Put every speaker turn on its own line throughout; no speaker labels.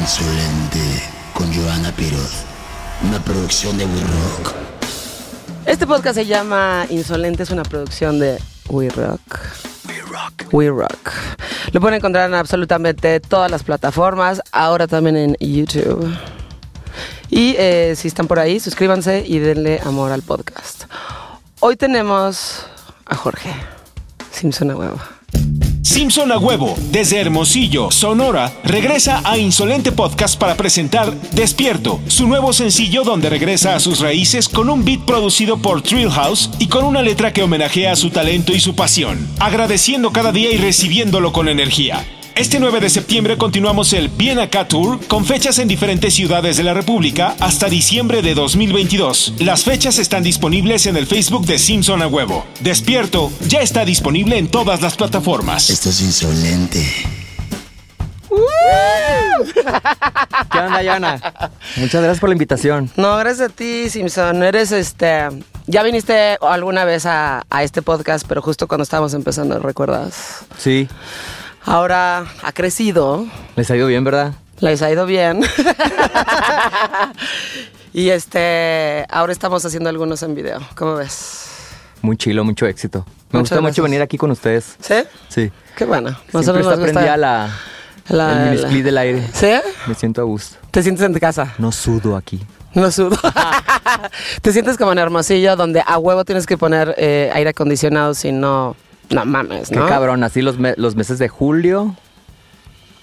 Insolente con Joana Piroz. Una producción de We Rock.
Este podcast se llama Insolente, es una producción de We Rock.
We Rock.
We Rock. Lo pueden encontrar en absolutamente todas las plataformas, ahora también en YouTube. Y eh, si están por ahí, suscríbanse y denle amor al podcast. Hoy tenemos a Jorge Simpson a huevo.
Simpson a huevo, desde Hermosillo, Sonora, regresa a Insolente Podcast para presentar Despierto, su nuevo sencillo donde regresa a sus raíces con un beat producido por Trill House y con una letra que homenajea su talento y su pasión, agradeciendo cada día y recibiéndolo con energía. Este 9 de septiembre continuamos el Bien Acá Tour con fechas en diferentes ciudades de la República hasta diciembre de 2022. Las fechas están disponibles en el Facebook de Simpson a Huevo. Despierto ya está disponible en todas las plataformas.
Esto es insolente.
¿Qué onda, Yana? Muchas gracias por la invitación.
No, gracias a ti, Simpson. Eres este. Ya viniste alguna vez a, a este podcast, pero justo cuando estábamos empezando, ¿recuerdas?
Sí,
Ahora ha crecido,
les ha ido bien, ¿verdad?
les ha ido bien. y este. Ahora estamos haciendo algunos en video. ¿Cómo ves?
Muy chilo, mucho éxito. Me
Muchas
gusta mucho
gracias.
venir aquí con ustedes.
¿Sí?
Sí.
Qué bueno.
Siempre
Nosotros
está
nos gusta.
prendida la,
la-
el mini
la-
split del aire.
¿Sí?
Me siento a gusto.
¿Te sientes en tu casa?
No sudo aquí.
No sudo. Te sientes como en Hermosillo, donde a huevo tienes que poner eh, aire acondicionado si no. No mames,
Qué
¿no?
cabrón, así los, me- los meses de julio,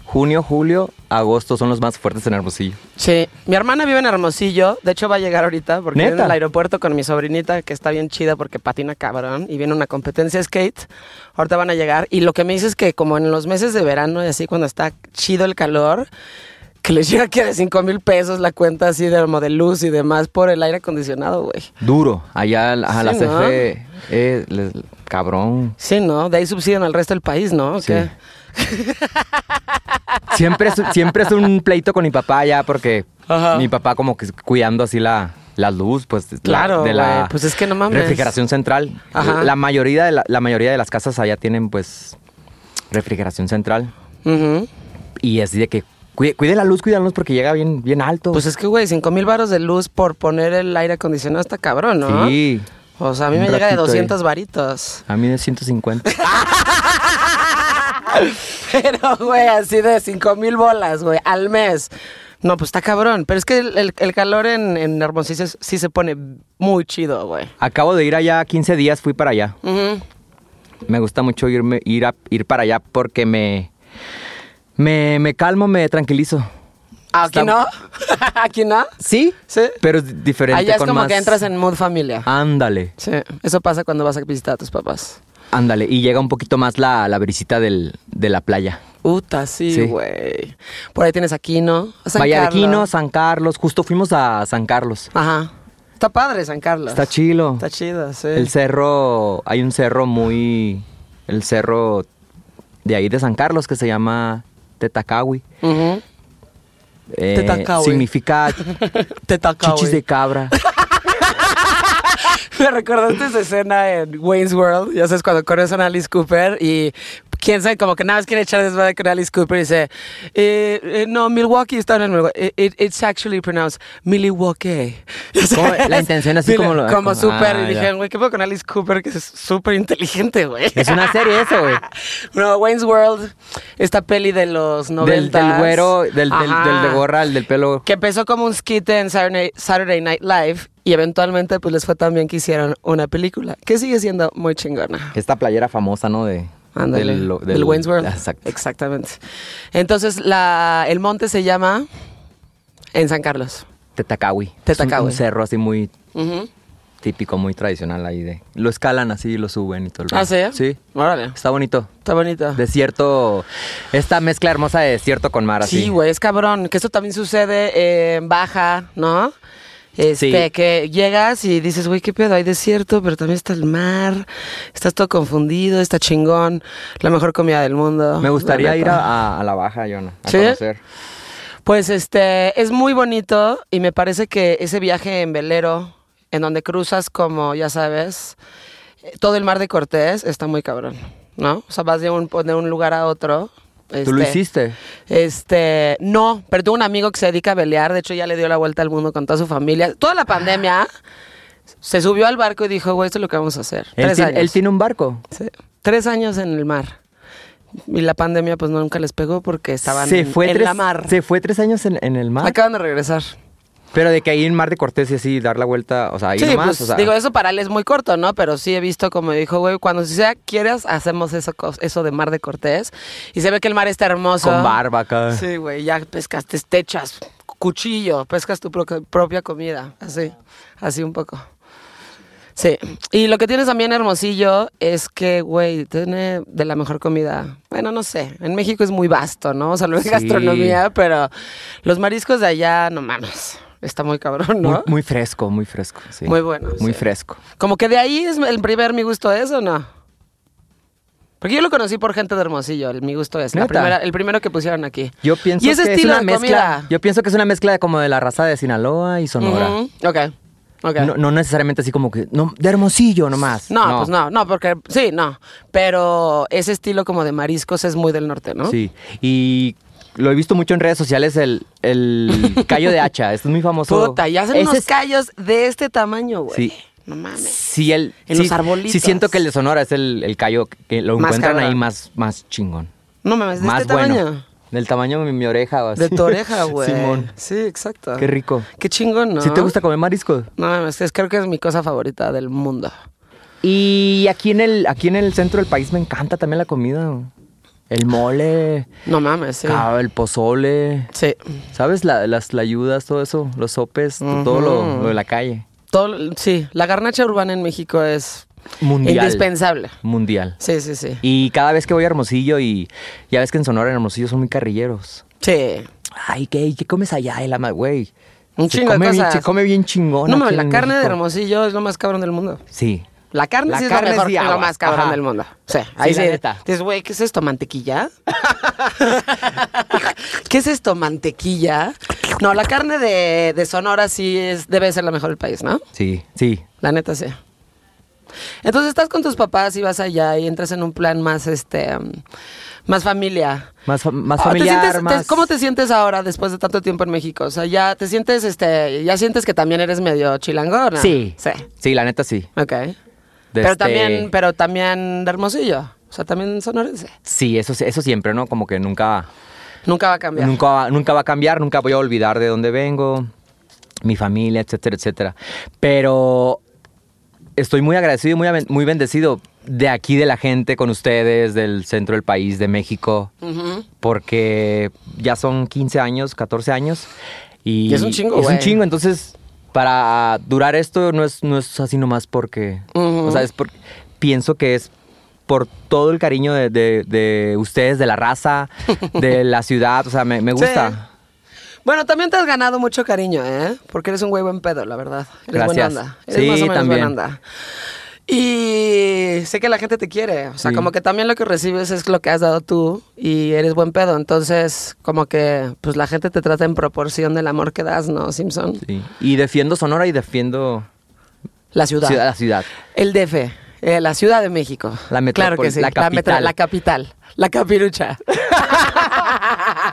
junio, julio, agosto son los más fuertes en Hermosillo.
Sí. Mi hermana vive en Hermosillo. De hecho, va a llegar ahorita porque
¿Neta?
viene al aeropuerto con mi sobrinita, que está bien chida porque patina cabrón y viene una competencia de skate. Ahorita van a llegar. Y lo que me dice es que, como en los meses de verano y así, cuando está chido el calor. Que les llega que de 5 mil pesos la cuenta así de, como de luz y demás por el aire acondicionado, güey.
Duro. Allá al- a
Sí,
la
¿no?
CFE, eh, les- cabrón.
Sí, ¿no? De ahí subsidian al resto del país, ¿no? ¿O
Sí.
qué?
Siempre es, siempre es un pleito con mi papá ya porque
Ajá.
mi papá como que cuidando así la, la luz, pues la-
Claro,
de la
güey, pues es que no mames.
refrigeración central.
Ajá.
La mayoría de la, la mayoría de las casas allá tienen pues refrigeración central
Ujú.
y es de que cuide, cuide la luz, cuídanos porque llega bien bien alto.
Pues es que, güey, 5 mil baros de luz por poner el aire acondicionado está cabrón, ¿no?
Sí.
O sea, a mí
Un
me llega de
ratito ahí.
200 varitos.
A mí de 150.
Pero, güey, así de 5 mil bolas, güey, al mes. No, pues está cabrón. Pero es que el, el- el calor en, en Hermosillo es- sí se pone muy chido, güey.
Acabo de ir allá 15 días, fui para allá.
Ujú.
Me gusta mucho irme ir a, ir para allá porque me me, me calmo, me tranquilizo.
¿Aquí
Está-
no? ¿Aquí no?
Sí,
Sí.
pero es diferente.
Allá es
con
como
más- Ah.
que entras en mood familia.
Ándale,
Sí, eso pasa cuando vas a visitar a tus papás.
ándale. Y llega un poquito más la, la brisita del- de la playa.
Uta, sí,
Sí.
güey. Por ahí tienes a Quino. a San
Vaya de Quino,
Carlos.
San Carlos. Justo fuimos a San Carlos.
Ajá. Está padre San Carlos.
Está chilo.
Está chido, sí.
El cerro, hay un cerro muy... El cerro de ahí de San Carlos que se llama Tetacawi.
Ujú.
Eh,
Tetacawi.
Significa
Te toca,
chichis de cabra.
Me recordaste esa escena en Wayne's World, ya sabes, cuando conocen a Alice Cooper y quién sabe, como que nada más quiere echar desmadre con Alice Cooper y dice, eh, eh, no, Milwaukee está en el Milwaukee. It- it- it's actually pronounced Milwaukee. Ya
Como
sabes.
la intención así como lo-
Como
ah,
súper, y
ya.
dije, güey, ¿qué puedo con Alice Cooper? Que es súper inteligente, güey.
Es una serie eso, güey.
No, Wayne's World, esta peli de los 90.
del güero, del- del- del de gorra, el del pelo.
Que empezó como un skit en Saturday, Saturday Night Live y eventualmente pues les fue tan bien que hicieron una película que sigue siendo muy chingona.
Esta playera famosa, ¿no? De,
Ándale.
del-
Del,
lo-
Wayne's World.
Exacto.
Exactamente. Entonces, la, el monte se llama en San Carlos.
Tetacawi. Es un-
Tetacawi.
un cerro así muy
Ujú.
típico, muy tradicional ahí de. Lo escalan así y lo suben y todo el
¿Ah, sí? Ah.
rollo. Sí.
Órale.
Está bonito.
Está bonito.
Desierto. Esta mezcla hermosa de desierto con mar así.
Sí, güey, es cabrón. Que esto también sucede eh, en Baja, ¿no? Este,
Sí.
que llegas y dices, güey, qué pedo, hay desierto, pero también está el mar, estás todo confundido, está chingón, la mejor comida del mundo.
Me
la
gustaría ir
neta.
a, a- a la baja, Yona. A
¿Sí?
conocer.
Pues este, es muy bonito y me parece que ese viaje en velero, en donde cruzas como, ya sabes, eh, todo el mar de Cortés, está muy cabrón, ¿no? O sea, vas de un, de un lugar a otro
¿Tú lo hiciste?
Este, no, pero tengo un amigo que se dedica a pelear, de hecho ya le dio la vuelta al mundo con toda su familia. Toda la
Ah.
pandemia se subió al barco y dijo, güey, esto es lo que vamos a hacer.
Él,
Tres
tiene-
años.
él tiene un barco.
Sí. Tres años en el mar. Y la pandemia pues nunca les pegó porque estaban
se
en-
fue
en
tres,
la mar.
Se fue tres años en, en el mar.
Acaban de regresar.
Pero de que ahí en Mar de Cortés y así dar la vuelta, o sea, ahí
sí,
nomás,
pues,
o sea.
digo, eso para él es muy corto, ¿no? Pero sí he visto como dijo, güey, cuando sea quieras, hacemos eso, cos- eso de Mar de Cortés. Y se ve que el mar está hermoso.
Con barba acá.
Sí, güey, ya pescaste techas, cuchillo, pescas tu pro- propia comida, así, así un poco. Sí, y lo que tienes también Hermosillo es que, güey, tiene de la mejor comida. Bueno, no sé, en México es muy vasto, ¿no? O sea, no es
Sí.
gastronomía, pero los mariscos de allá, no mames, está muy cabrón, ¿no?
muy, muy fresco, muy fresco. sí.
Muy bueno,
Muy
sí.
fresco.
Como que de ahí es el primer mi gusto es o no. Porque yo lo conocí por gente de Hermosillo, el mi gusto es. La
¿Neta?
primera, el primero que pusieron aquí.
Yo pienso
y ese
que
estilo
es una
de
mezcla.
comida.
Yo pienso que es una mezcla de como de la raza de Sinaloa y Sonora.
Ujú, Ok, ok.
No, no necesariamente así como que no, de Hermosillo nomás.
No, pues no, no, porque sí, no. Pero ese estilo como de mariscos es muy del norte, ¿no?
Sí. Y lo he visto mucho en redes sociales el, el callo de hacha. Esto es muy famoso.
Puta, y hacen
Ese
unos
es-
callos de este tamaño, güey.
Sí.
No mames.
Sí, el,
En
sí-
los arbolitos.
Sí, siento que el de Sonora es el, el callo que lo
Más
encuentran
cabrón.
ahí más, más chingón.
No mames, de
más
este
bueno.
tamaño.
Del tamaño de mi, mi oreja. o así.
De tu oreja, güey.
Simón.
Sí, exacto.
Qué rico.
Qué chingón, ¿no?
¿Sí te gusta comer marisco?
No mames, es, creo que es mi cosa favorita del mundo.
Y aquí en el, aquí en el centro del país me encanta también la comida. El mole,
No mames, sí.
ah, el pozole.
Sí.
¿Sabes? La- las ayudas, todo eso, los sopes, t- todo lo, lo de la calle.
Todo, sí, la garnacha urbana en México es
Mundial.
indispensable.
Mundial.
Sí, sí, sí.
Y cada vez que voy a Hermosillo y ya ves que en Sonora en Hermosillo son muy carrilleros.
Sí.
Ay, ¿qué, ¿Qué comes allá? El ama, güey.
Un
Se
chingo de
come bien-
cosas.
se come bien chingón
No
aquí
mames, la
en
carne de
México.
Hermosillo es lo más cabrón del mundo.
Sí.
La carne
La
sí es
carne
lo mejor,
sí,
es lo
aguas.
más cabrón
Ajá.
del mundo. Sí, ahí sí.
la neta.
Dices, güey, ¿qué es esto? ¿Mantequilla? ¿Qué es esto? ¿Mantequilla? No, la carne de, de Sonora sí es, debe ser la mejor del país, ¿no?
Sí, sí.
La neta sí. Entonces estás con tus papás y vas allá y entras en un plan más, este, um, más familia.
Más, fa- más
Ah, ¿te
familiar,
sientes- te-
más...
¿Cómo te sientes ahora después de tanto tiempo en México? O sea, ya te sientes, este, ya sientes que también eres medio chilangona.
Sí.
Sí.
Sí, la neta sí.
Ok.
De
Pero
este-
también, pero también de Hermosillo. O sea, también sonorense.
Sí, eso, eso siempre, ¿no? Como que nunca,
Nunca va a cambiar.
nunca, va- nunca va a cambiar, nunca voy a olvidar de dónde vengo, mi familia, etcétera, etcétera. Pero estoy muy agradecido y muy, aben- muy bendecido de aquí, de la gente, con ustedes, del centro del país, de México,
Ujú.
porque ya son 15 años, 14 años. Y,
Y es un chingo,
Es
güey.
un chingo, entonces para durar esto no es, no es así nomás porque...
Ujú.
O sea, es porque pienso que es por todo el cariño de, de- de ustedes, de la raza, de la ciudad, o sea, me, me gusta.
Bueno, también te has ganado mucho cariño, ¿eh? Porque eres un güey buen pedo, la verdad. Eres buena
Gracias.
onda. Eres
Sí,
más o menos
también.
buena onda. Y sé que la gente te quiere. O sea,
Sí.
como que también lo que recibes es lo que has dado tú y eres buen pedo. Entonces, como que, pues la gente te trata en proporción del amor que das, ¿no, Simpson?
Sí. Y defiendo Sonora y defiendo
La ciudad.
ciudad- la ciudad.
El DF, eh, la Ciudad de México.
La
Claro que
metrópoli-
sí,
la
metro-
capital.
la capital. La capirucha.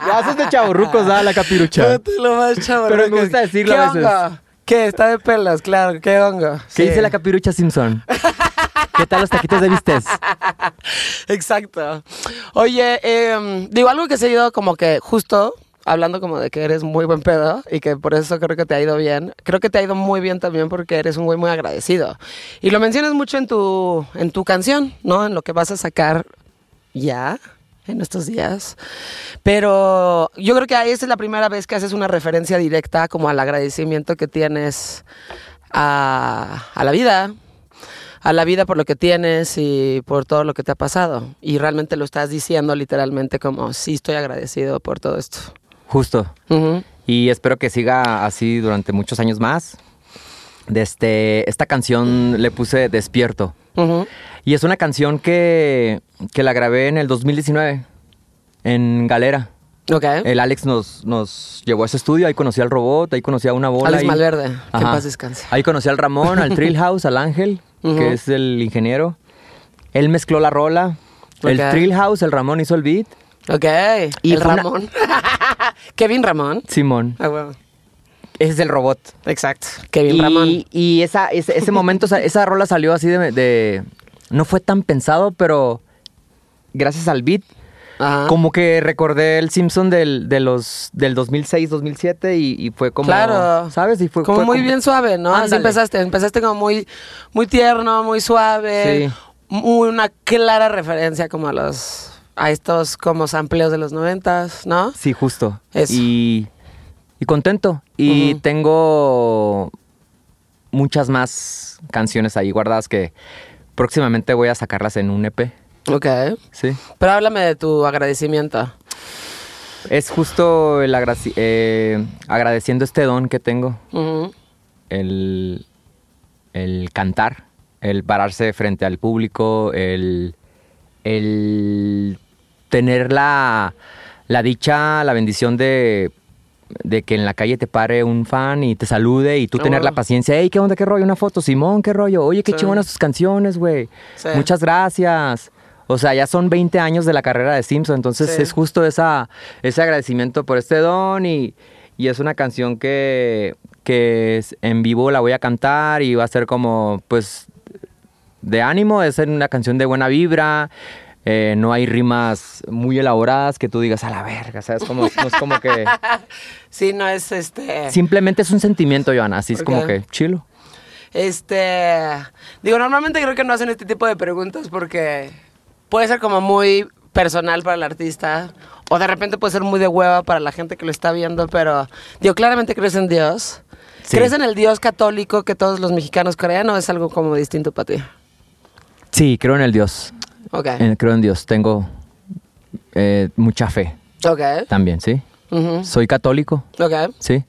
Ya haces de chaburrucos, ¿ah? La capirucha.
Puta, lo más chaburruco.
Pero me gusta decirlo
¿Qué
a veces.
hongo? ¿Qué? Está de pelos, claro. ¿Qué hongo?
¿Qué dice la capirucha Simpson? ¿Qué tal los taquitos de vistes?
Exacto. Oye, em, digo algo que se ha ido como que justo hablando como de que eres muy buen pedo y que por eso creo que te ha ido bien. Creo que te ha ido muy bien también porque eres un güey muy agradecido. Y lo mencionas mucho en tu en tu canción, ¿no? En lo que vas a sacar ya en estos días. Pero yo creo que ahí esta es la primera vez que haces una referencia directa como al agradecimiento que tienes a, a la vida, a la vida por lo que tienes y por todo lo que te ha pasado. Y realmente lo estás diciendo literalmente como, sí, estoy agradecido por todo esto.
Justo.
Ujú.
Y espero que siga así durante muchos años más. Desde esta canción le puse Despierto.
Ujú.
Y es una canción que, que la grabé en el 2019, en Galera.
Ok.
El Alex nos, nos llevó a ese estudio, ahí conocí al robot, ahí conocí a una bola.
Alex
ahí-
Malverde, que en paz descanse.
Ahí conocí al Ramón, al Trill House, al Ángel,
Ujú.
que es el ingeniero. Él mezcló la rola. El
Ok.
Trill House, el Ramón hizo el beat.
Ok.
Y
el
fue una-
Ramón. Kevin Ramón.
Simón.
Ah, bueno.
Ese es el robot.
Exacto. Kevin
y,
Ramón.
y esa, ese, ese momento, o sea, esa rola salió así de, de- No fue tan pensado, pero gracias al beat,
Ajá.
como que recordé el Simpson del, de los, del 2006, 2007 y, y fue como...
claro.
¿Sabes? Y fue
como
fue
muy
como-
bien suave, ¿no? Así
Ándale.
empezaste, empezaste como muy, muy tierno, muy suave.
Sí.
Muy- una clara referencia como a los a estos como sampleos de los noventas, ¿no?
Sí, justo.
Eso.
Y, y contento. Y tengo muchas más canciones ahí guardadas que próximamente voy a sacarlas en un EP.
Ok.
Sí.
Pero háblame de tu agradecimiento.
Es justo el agraci- eh, agradeciendo este don que tengo,
Ujú.
el, el cantar, el pararse frente al público, el, el tener la, la dicha, la bendición de, de que en la calle te pare un fan y te salude y tú
Ah,
tener
bueno.
la paciencia, hey, ¿qué onda, qué rollo? Una foto, Simón, qué rollo, oye, qué
Sí.
chingonas tus canciones, güey.
Sí.
Muchas gracias. O sea, ya son 20 años de la carrera de Simpson, entonces
Sí.
es justo esa, ese agradecimiento por este don y, y es una canción que, que es- en vivo la voy a cantar y va a ser como, pues, de ánimo, es en una canción de buena vibra. eh, no hay rimas muy elaboradas que tú digas a la verga, o sea, es como, no es como que...
Sí, no es este.
Simplemente es un sentimiento, Joana, así es como
Ok.
que chilo.
Este. Digo, normalmente creo que no hacen este tipo de preguntas porque puede ser como muy personal para el artista o de repente puede ser muy de hueva para la gente que lo está viendo, pero digo, claramente crees en Dios.
Sí.
¿Crees en el Dios católico que todos los mexicanos creen o es algo como distinto para ti?
Sí, creo en el Dios.
Ok.
Eh, creo en Dios. Tengo eh, mucha fe
Ok.
también, ¿sí?
Ujú.
Soy católico,
Ok.
¿sí?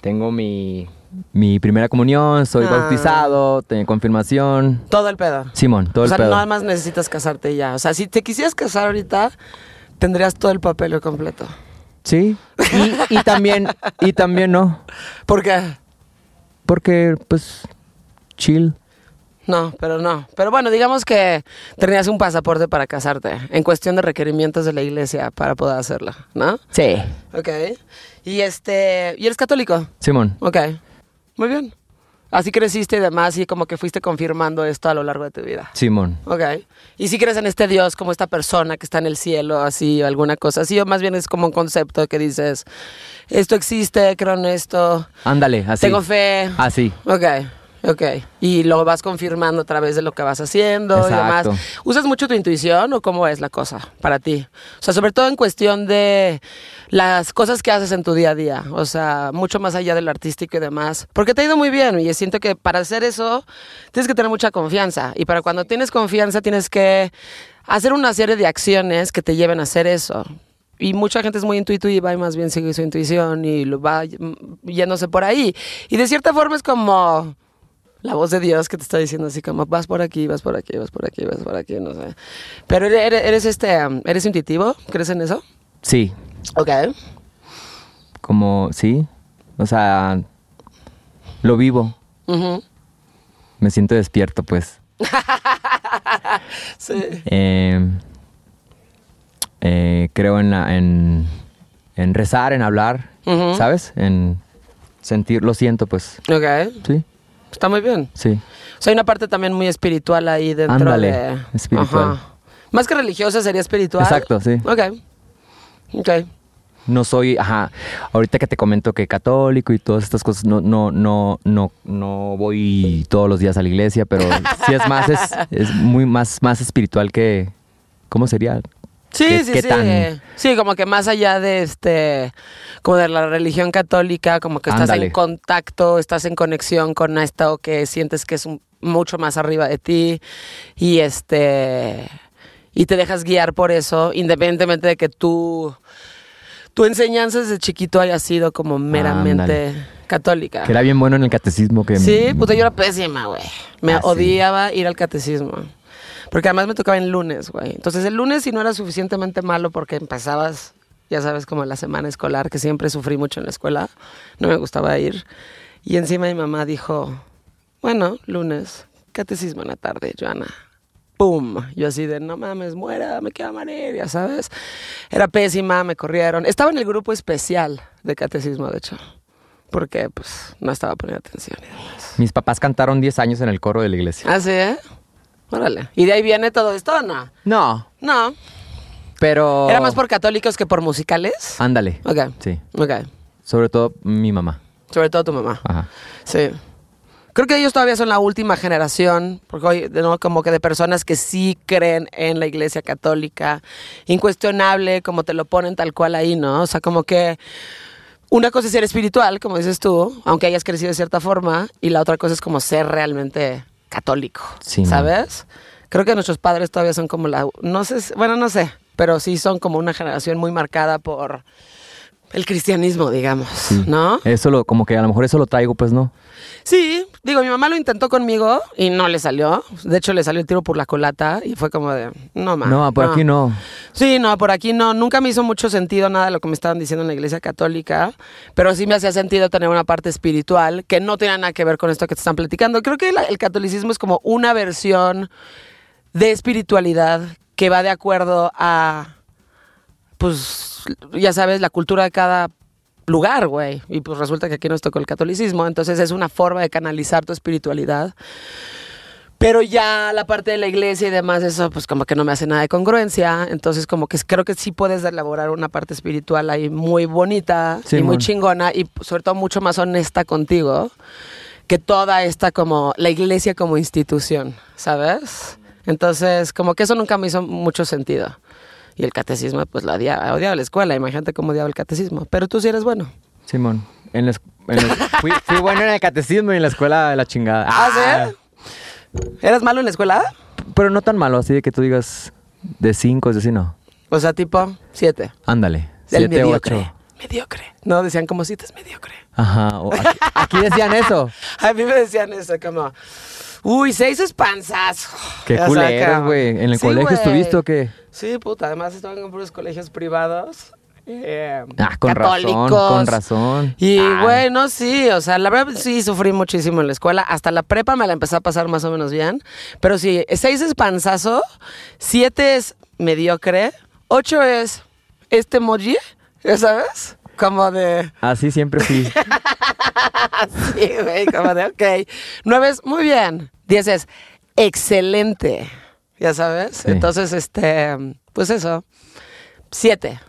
Tengo mi, mi primera comunión, soy
Ah.
bautizado, tengo confirmación.
Todo el pedo.
Simón, todo
o
el
sea,
pedo.
nada más necesitas casarte y ya. O sea, si te quisieras casar ahorita, tendrías todo el papel completo.
Sí. Y, y también, y también no.
¿Por qué?
Porque, pues, chill.
No, pero no. Pero bueno, digamos que tenías un pasaporte para casarte, en cuestión de requerimientos de la iglesia para poder hacerlo, ¿no?
Sí.
Ok. Y este, ¿y eres católico?
Simón,
Ok. Muy bien. Así creciste y demás y como que fuiste confirmando esto a lo largo de tu vida.
Simón.
Ok. ¿Y si crees en este Dios como esta persona que está en el cielo, así, o alguna cosa así? O más bien es como un concepto que dices, esto existe, creo en esto,
Ándale, así.
tengo fe.
Así.
Ok, ok. Y lo vas confirmando a través de lo que vas haciendo y demás.
Exacto.
¿Usas mucho tu intuición o cómo es la cosa para ti? O sea, sobre todo en cuestión de las cosas que haces en tu día a día. O sea, mucho más allá del artístico y demás. Porque te ha ido muy bien y siento que para hacer eso tienes que tener mucha confianza. Y para cuando tienes confianza tienes que hacer una serie de acciones que te lleven a hacer eso. Y mucha gente es muy intuitiva y más bien sigue su intuición y lo va mm, yéndose por ahí. Y de cierta forma es como la voz de Dios que te está diciendo así como vas por aquí, vas por aquí, vas por aquí, vas por aquí, no sé. Pero ere- ere- eres, este, um, eres intuitivo, ¿crees en eso?
Sí.
Ok.
Como, sí. O sea, lo vivo.
Ujú.
Me siento despierto, pues.
Sí.
Eh, eh, creo en, la- en, en rezar, en hablar,
Ujú.
¿sabes? En sentir, lo siento, pues.
Ok.
Sí,
Está muy bien.
sí.
O sea, hay una parte también muy espiritual ahí dentro
Ándale,
de...
espiritual.
Más que religiosa sería espiritual.
Exacto, sí.
Ok. Ok.
No soy, ajá, ahorita que te comento que católico y todas estas cosas, no, no, no, no, no voy todos los días a la iglesia, pero sí es más, es, es muy más, más espiritual que, ¿cómo sería?
Sí,
¿Qué-
sí,
qué
sí.
tan?
Sí, como que más allá de este, como de la religión católica, como que estás en
Ándale.
contacto, estás en conexión con esto que sientes que es un- mucho más arriba de ti y este y te dejas guiar por eso, independientemente de que tú tu enseñanza desde chiquito haya sido como meramente católica.
Que era bien bueno en el catecismo que...
Sí, pues, puta, yo era pésima, güey. Me
Ah, sí.
odiaba ir al catecismo. Porque además me tocaba en lunes, güey. Entonces el lunes si no era suficientemente malo porque empezabas, ya sabes, como la semana escolar, que siempre sufrí mucho en la escuela, no me gustaba ir. Y encima mi mamá dijo, bueno, lunes, catecismo en la tarde, Joana. ¡pum! Yo así de, no mames, muera, me quiero morir, ya sabes. Era pésima, me corrieron. Estaba en el grupo especial de catecismo, de hecho. Porque, pues, no estaba poniendo atención. y demás.
Mis papás cantaron 10 años en el coro de la iglesia.
¿Ah, sí, eh? Órale. ¿Y de ahí viene todo esto o no?
No,
No.
pero...
¿Era más por católicos que por musicales?
Ándale.
Ok.
Oh. Ah. Sí.
Ok.
Sobre todo mi mamá.
Sobre todo tu mamá.
Ajá.
Sí. Creo que ellos todavía son la última generación, porque hoy, de nuevo, como que de personas que sí creen en la iglesia católica, incuestionable, como te lo ponen tal cual ahí, ¿no? O sea, como que una cosa es ser espiritual, como dices tú, aunque hayas crecido de cierta forma, y la otra cosa es como ser realmente católico,
Sí, man.
¿sabes? Creo que nuestros padres todavía son como la... No sé, si- bueno, no sé, pero sí son como una generación muy marcada por el cristianismo, digamos, ¿no?
Eso lo, como que a lo mejor eso lo traigo, pues no.
Sí, digo, mi mamá lo intentó conmigo y no le salió. De hecho, le salió el tiro por la colata y fue como de, no más.
no, por aquí no.
Sí, no, por aquí no. Nunca me hizo mucho sentido nada de lo que me estaban diciendo en la iglesia católica, pero sí me hacía sentido tener una parte espiritual que no tenía nada que ver con esto que te están platicando. Creo que la- el catolicismo es como una versión de espiritualidad que va de acuerdo a, pues, ya sabes, la cultura de cada lugar, güey. Y pues resulta que aquí nos tocó el catolicismo, entonces es una forma de canalizar tu espiritualidad. Pero ya la parte de la iglesia y demás, eso pues como que no me hace nada de congruencia. Entonces como que creo que sí puedes elaborar una parte espiritual ahí muy bonita
Sí,
y muy
mon.
chingona y sobre todo mucho más honesta contigo que toda esta como la iglesia como institución, ¿sabes? Entonces como que eso nunca me hizo mucho sentido. Y el catecismo pues la odiaba, odiaba la escuela, imagínate cómo odiaba el catecismo. Pero tú sí eres bueno.
Simón, en la, es- en la- fui, fui bueno en el catecismo y en la escuela de la chingada.
¿Ah, sí? ¿Eras malo en la escuela?
Pero no tan malo, así de que tú digas de 5, es decir, no.
O sea, tipo siete.
Ándale,
El
7,
mediocre.
8.
Mediocre. No, decían como si es mediocre.
Ajá, o aquí, aquí decían eso.
A mí me decían eso, como, uy, seis es panzazo.
Qué
Ya
culero,
saca.
güey. ¿En el colegio
güey.
estuviste o qué?
Sí, puta, además estaban en puros colegios privados. eh,
Ah, con razón,
católicos.
con razón.
Y
Ah.
güey, no, sí, o sea, la verdad sí sufrí muchísimo en la escuela. Hasta la prepa me la empecé a pasar más o menos bien. Pero sí, seis es panzazo, siete es mediocre, ocho es este emoji, ¿ya sabes? Como de...
Así siempre fui.
Así, güey, como de, ok. Nueve es, muy bien. Diez es, excelente. Ya sabes.
Sí.
Entonces, este, pues eso. Siete.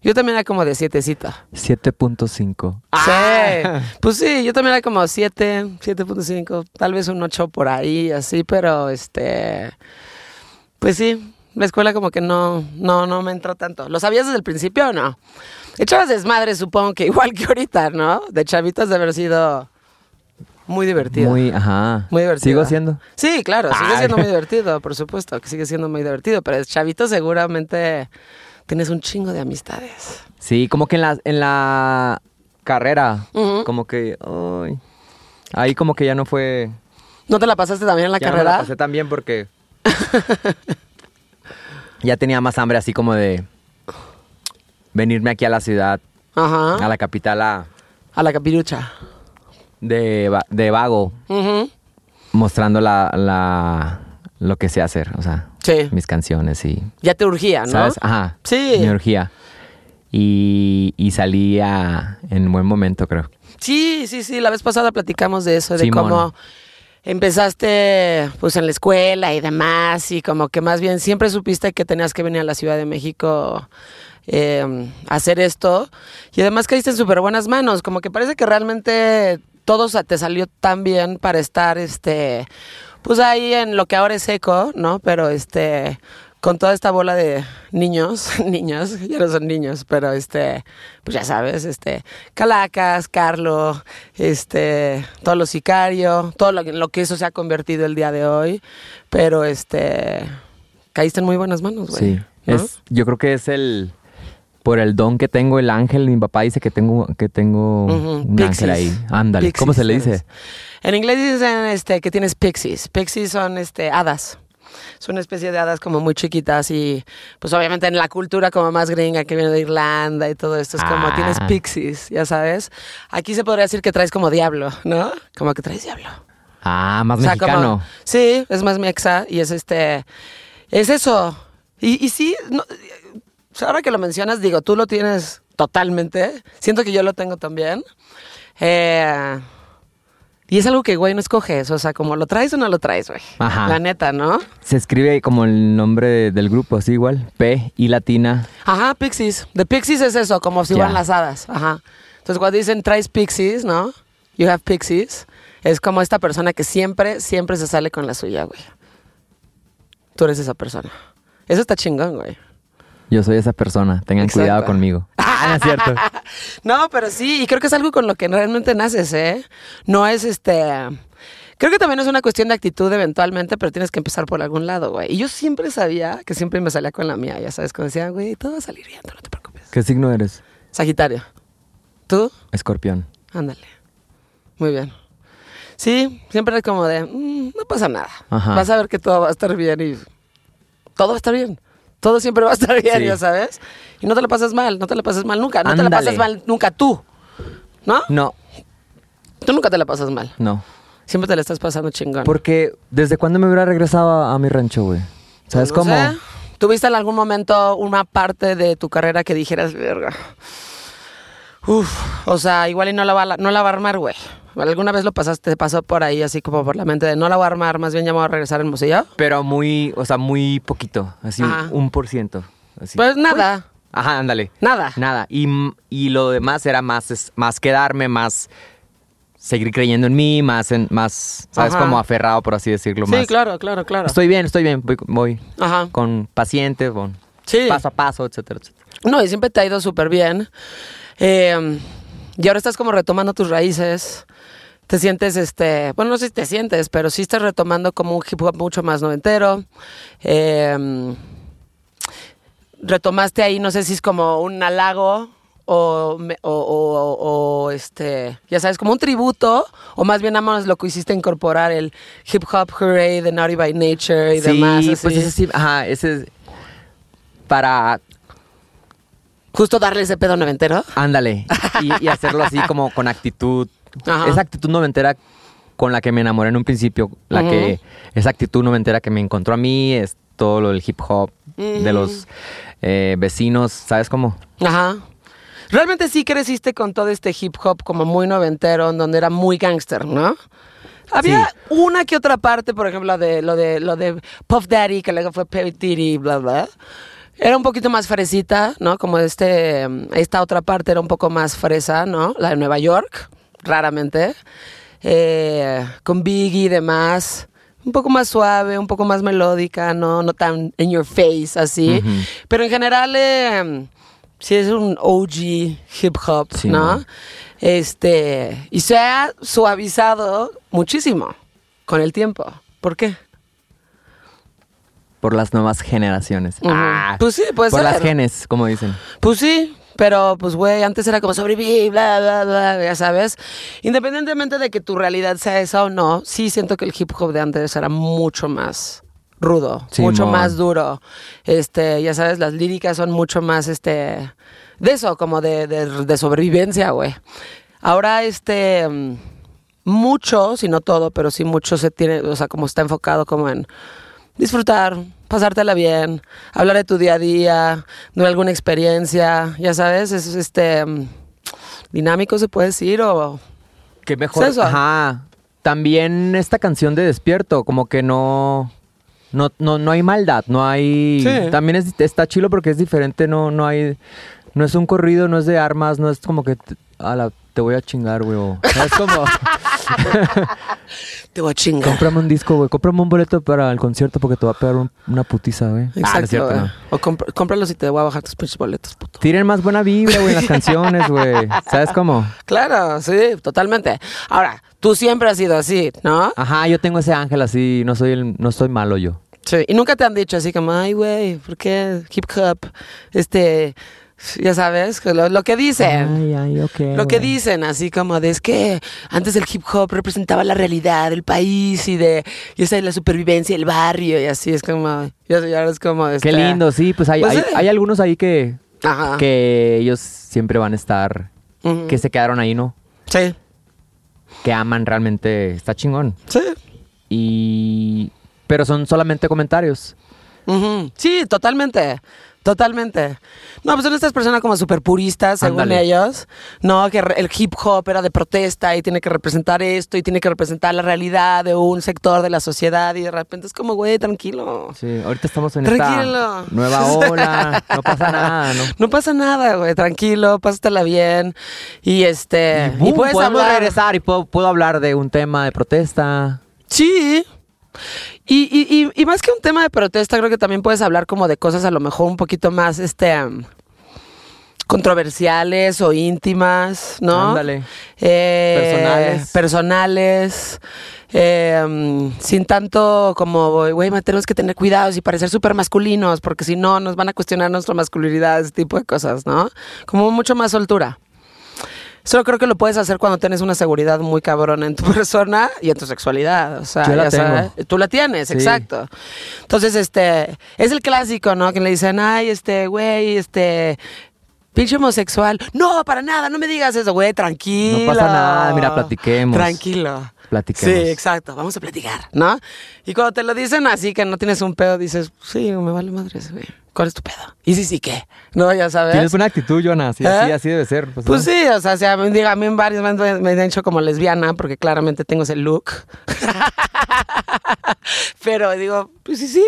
Yo también era como de sietecito.
7.5. Ah.
Sí. Pues sí, yo también era como siete, 7.5, tal vez un 8 por ahí, así, pero este. Pues sí, la escuela como que no, no, no me entró tanto. ¿Lo sabías desde el principio o no? Echabas desmadre, supongo que igual que ahorita, ¿no? De chavitos de haber sido muy divertido.
Muy, ajá.
Muy divertido.
Sigo siendo.
Sí, claro, sigue
Ay.
siendo muy divertido, por supuesto, que sigue siendo muy divertido, pero de chavito seguramente tienes un chingo de amistades.
Sí, como que en la, en la carrera,
Ujú.
como que, ay, ahí como que ya no fue.
¿No te la pasaste también en la
ya no me
carrera?
la pasé tan bien porque ya tenía más hambre así como de venirme aquí a la ciudad,
Ajá.
a la capital a-
A la capirucha.
de, va- de vago,
Ujú.
mostrando la, la- lo que sé hacer, o sea,
Sí.
mis canciones y,
Ya te urgía, ¿no?
¿sabes? Ajá,
Sí.
mi orgía. Y, y salía en buen momento, creo.
Sí, sí, sí. La vez pasada platicamos de eso, de
Simón.
cómo empezaste pues en la escuela y demás, y como que más bien siempre supiste que tenías que venir a la Ciudad de México eh, a hacer esto. Y además caíste en súper buenas manos. Como que parece que realmente todo sa- te salió tan bien para estar este. Pues ahí en lo que ahora es seco, ¿no? Pero este. Con toda esta bola de niños, niños, ya no son niños, pero este, pues ya sabes, este, Calacas, Carlo, este, todos los sicarios, todo lo, que- lo que eso se ha convertido el día de hoy, pero este, caíste en muy buenas manos, güey.
Sí.
Pues ¿no?
Es, yo creo que es el. Por el don que tengo, el ángel, mi papá dice que tengo, que tengo
Ujú,
un ángel
pixies.
ahí. Ándale,
Pixies,
¿cómo se le
¿sabes?
dice?
En inglés dicen este, que tienes pixies. Pixies son este, hadas. Es una especie de hadas como muy chiquitas y pues obviamente en la cultura como más gringa que viene de Irlanda y todo esto es como
Ah.
tienes pixies, ya sabes. Aquí se podría decir que traes como diablo, ¿no? Como que traes diablo.
Ah, más
O sea, como-
mexicano.
sí, es más mexa y es este. Es eso. Y, y sí, no- o sea, ahora que lo mencionas, digo, tú lo tienes totalmente. Siento que yo lo tengo también. Eh, y es algo que, güey, no escoges. O sea, como lo traes o no lo traes, güey.
Ajá.
La neta, ¿no?
Se escribe como el nombre de- del grupo, así igual. P y latina.
Ajá, Pixies. De Pixies es eso, como si
Ya.
van las hadas. Ajá. Entonces, cuando dicen traes Pixies, ¿no? You have Pixies. Es como esta persona que siempre, siempre se sale con la suya, güey. Tú eres esa persona. Eso está chingón, güey.
Yo soy esa persona. Tengan
Exacto.
cuidado conmigo. Ah, no es cierto.
No, pero sí, y creo que es algo con lo que realmente naces, ¿eh? No es este. Creo que también es una cuestión de actitud eventualmente, pero tienes que empezar por algún lado, güey. Y yo siempre sabía que siempre me salía con la mía, ya sabes, cuando decía, güey, todo va a salir bien, tú no te preocupes.
¿Qué signo eres?
Sagitario. ¿Tú?
Escorpión.
Ándale. Muy bien. Sí, siempre es como de, "Mm, no pasa nada.
Ajá.
Vas a ver que todo va a estar bien y todo va a estar bien. Todo siempre va a estar bien,
Sí.
ya sabes. Y no te la pasas mal, no te la pasas mal nunca. No te la
Ándale.
pasas mal nunca tú. ¿No?
No,
Tú nunca te la pasas mal.
no.
Siempre te la estás pasando chingón.
Porque, ¿desde cuándo me hubiera regresado a, a mi rancho, güey? ¿Sabes
Pues No
cómo?
sé. ¿Tuviste en algún momento una parte de tu carrera que dijeras, verga? Uf, o sea, igual y no la va, a la- no la va a armar, güey. ¿Alguna vez lo pasaste, te pasó por ahí así como por la mente de no la voy a armar, más bien ya me voy a regresar al museo?
Pero muy, o sea, muy poquito. Así, un-
Ajá.
un por ciento. Así.
Pues nada,
Ajá, ándale.
nada.
Nada. Y, m- y lo demás era más, es- más quedarme, más seguir creyendo en mí, más, en, más ¿sabes?
Ajá.
Como aferrado, por así decirlo.
sí,
más.
claro, claro, claro.
Estoy bien, estoy bien. Voy, voy
Ajá.
con pacientes, con
Sí.
paso a paso, etcétera, etcétera.
No, y siempre te ha ido súper bien. Eh, y ahora estás como retomando tus raíces. Te sientes, este, bueno, no sé si te sientes, pero sí estás retomando como un hip hop mucho más noventero. Eh, retomaste ahí, no sé si es como un halago o, me- o- o- o, este, ya sabes, como un tributo, o más bien nada más lo que hiciste incorporar el hip hop hooray de Naughty by Nature y
sí,
demás.
pues
así.
ese sí, ajá, ese es para,
Justo darle ese pedo noventero.
ándale, y, y hacerlo así como con actitud,
Ajá.
esa actitud noventera con la que me enamoré en un principio, la
Ujú.
que, esa actitud noventera que me encontró a mí es todo lo del hip hop, de los eh, vecinos, ¿sabes cómo?
Ajá. Realmente sí creciste con todo este hip hop como muy noventero, en donde era muy gángster, ¿no? Había
Sí.
una que otra parte, por ejemplo, de lo de lo de Puff Daddy, que luego fue P. Diddy, bla, bla. Era un poquito más fresita, ¿no? Como este, mm, esta otra parte era un poco más fresa, ¿no? La de Nueva York, raramente. Eh, con Biggie y demás. Un poco más suave, un poco más melódica, ¿no? No tan in your face, así. Pero en general, eh, sí es un OG hip hop,
Sí,
¿no?
¿no?
Este, y se ha suavizado muchísimo con el tiempo. ¿Por qué?
Por las nuevas generaciones. Ah,
Ujú. Pues sí, puede
Por las
ser.
genes, como dicen.
Pues sí, pero pues güey, antes era como sobreviví, bla, bla, bla, ya sabes. Independientemente de que tu realidad sea esa o no, sí siento que el hip hop de antes era mucho más rudo,
Simón.
mucho más duro. Este, ya sabes, las líricas son mucho más este de eso, como de, de- de sobrevivencia, güey. Ahora este mm, mucho, si no todo, pero sí mucho se tiene, o sea, como está enfocado como en disfrutar, pasártela bien, hablar de tu día a día, de alguna experiencia, ya sabes, es este mm, dinámico se puede decir o
Qué mejor.
Es eso.
Ajá. También esta canción de Despierto, como que no. No, no, no hay maldad, no hay.
Sí.
También es- está chilo porque es diferente, no, no hay. No es un corrido, no es de armas, no es como que. t- Ala, te voy a chingar, güey. o- no es como.
te voy a chingar.
cómprame un disco, güey. Cómprame un boleto para el concierto porque te va a pegar un- una putiza, güey. Ah, no es cierto,
güey.
no.
O compr- cómpralos y te voy a bajar tus pinches boletos, puto.
Tiren más buena vibra, güey, en las canciones, güey. ¿Sabes cómo?
Claro, sí, totalmente. Ahora, tú siempre has sido así, ¿no?
Ajá, yo tengo ese ángel así, no soy el, no soy malo yo.
Sí, y nunca te han dicho así como, ay, güey, ¿por qué hip hop? Este, ya sabes, lo, lo que dicen.
Ay, ay, ok.
Em. Lo que
güey.
dicen, así como de es que antes el hip hop representaba la realidad del país y de y esa es la supervivencia del barrio y así es como ya sé, ya es como
Qué
este-
lindo, sí, pues hay,
Pues
hay,
sí. Ah.
hay algunos ahí que,
Ajá.
que ellos siempre van a estar,
Ujú.
que se quedaron ahí, ¿no?
Sí.
que aman realmente está chingón.
Sí.
Y. Pero son solamente comentarios.
Ujú. Sí, totalmente. Totalmente. No, pues son estas personas como súper puristas, según
Ándale.
ellos. No, que re- el hip hop era de protesta y tiene que representar esto y tiene que representar la realidad de un sector de la sociedad y de repente es como, güey, tranquilo.
Sí, ahorita estamos en
Tranquilo.
esta nueva ola. No pasa nada, ¿no?
No pasa nada, güey, tranquilo, pásatela bien. Y este.
Eh, Y
puedes
podemos
hablar.
regresar y puedo, puedo hablar de un tema de protesta.
Sí. Y, y- y- y más que un tema de protesta, creo que también puedes hablar como de cosas a lo mejor un poquito más este em, controversiales o íntimas, ¿no?
Ándale.
Eh,
Personales.
Personales. em, sin tanto como, güey, ma, tenemos que tener cuidados y parecer súper masculinos, porque si no, nos van a cuestionar nuestra masculinidad, ese tipo de cosas, ¿no? Como mucho más soltura. Solo creo que lo puedes hacer cuando tienes una seguridad muy cabrona en tu persona y en tu sexualidad. O sea,
Yo
ya
la tengo.
sabes. Tú la tienes,
Sí.
exacto. Entonces, este, es el clásico, ¿no? Que le dicen, ay, este, güey, este, pinche homosexual. No, para nada, no me digas eso, güey, tranquilo.
No pasa nada, mira, platiquemos.
Tranquilo.
Platiquemos.
Sí, exacto, vamos a platicar, ¿no? Y cuando te lo dicen así, que no tienes un pedo, dices, sí, me vale madre ese, güey. ¿Cuál es tu pedo? Y sí, sí, ¿qué? No, ya sabes.
Tienes una actitud, Jonas. Sí,
¿Eh?
así, así debe ser. Pues,
Pues
¿no?
sí, o sea, sí, a mí, digo, a mí en varios momentos me han hecho como lesbiana porque claramente tengo ese look. Pero digo, pues sí, sí,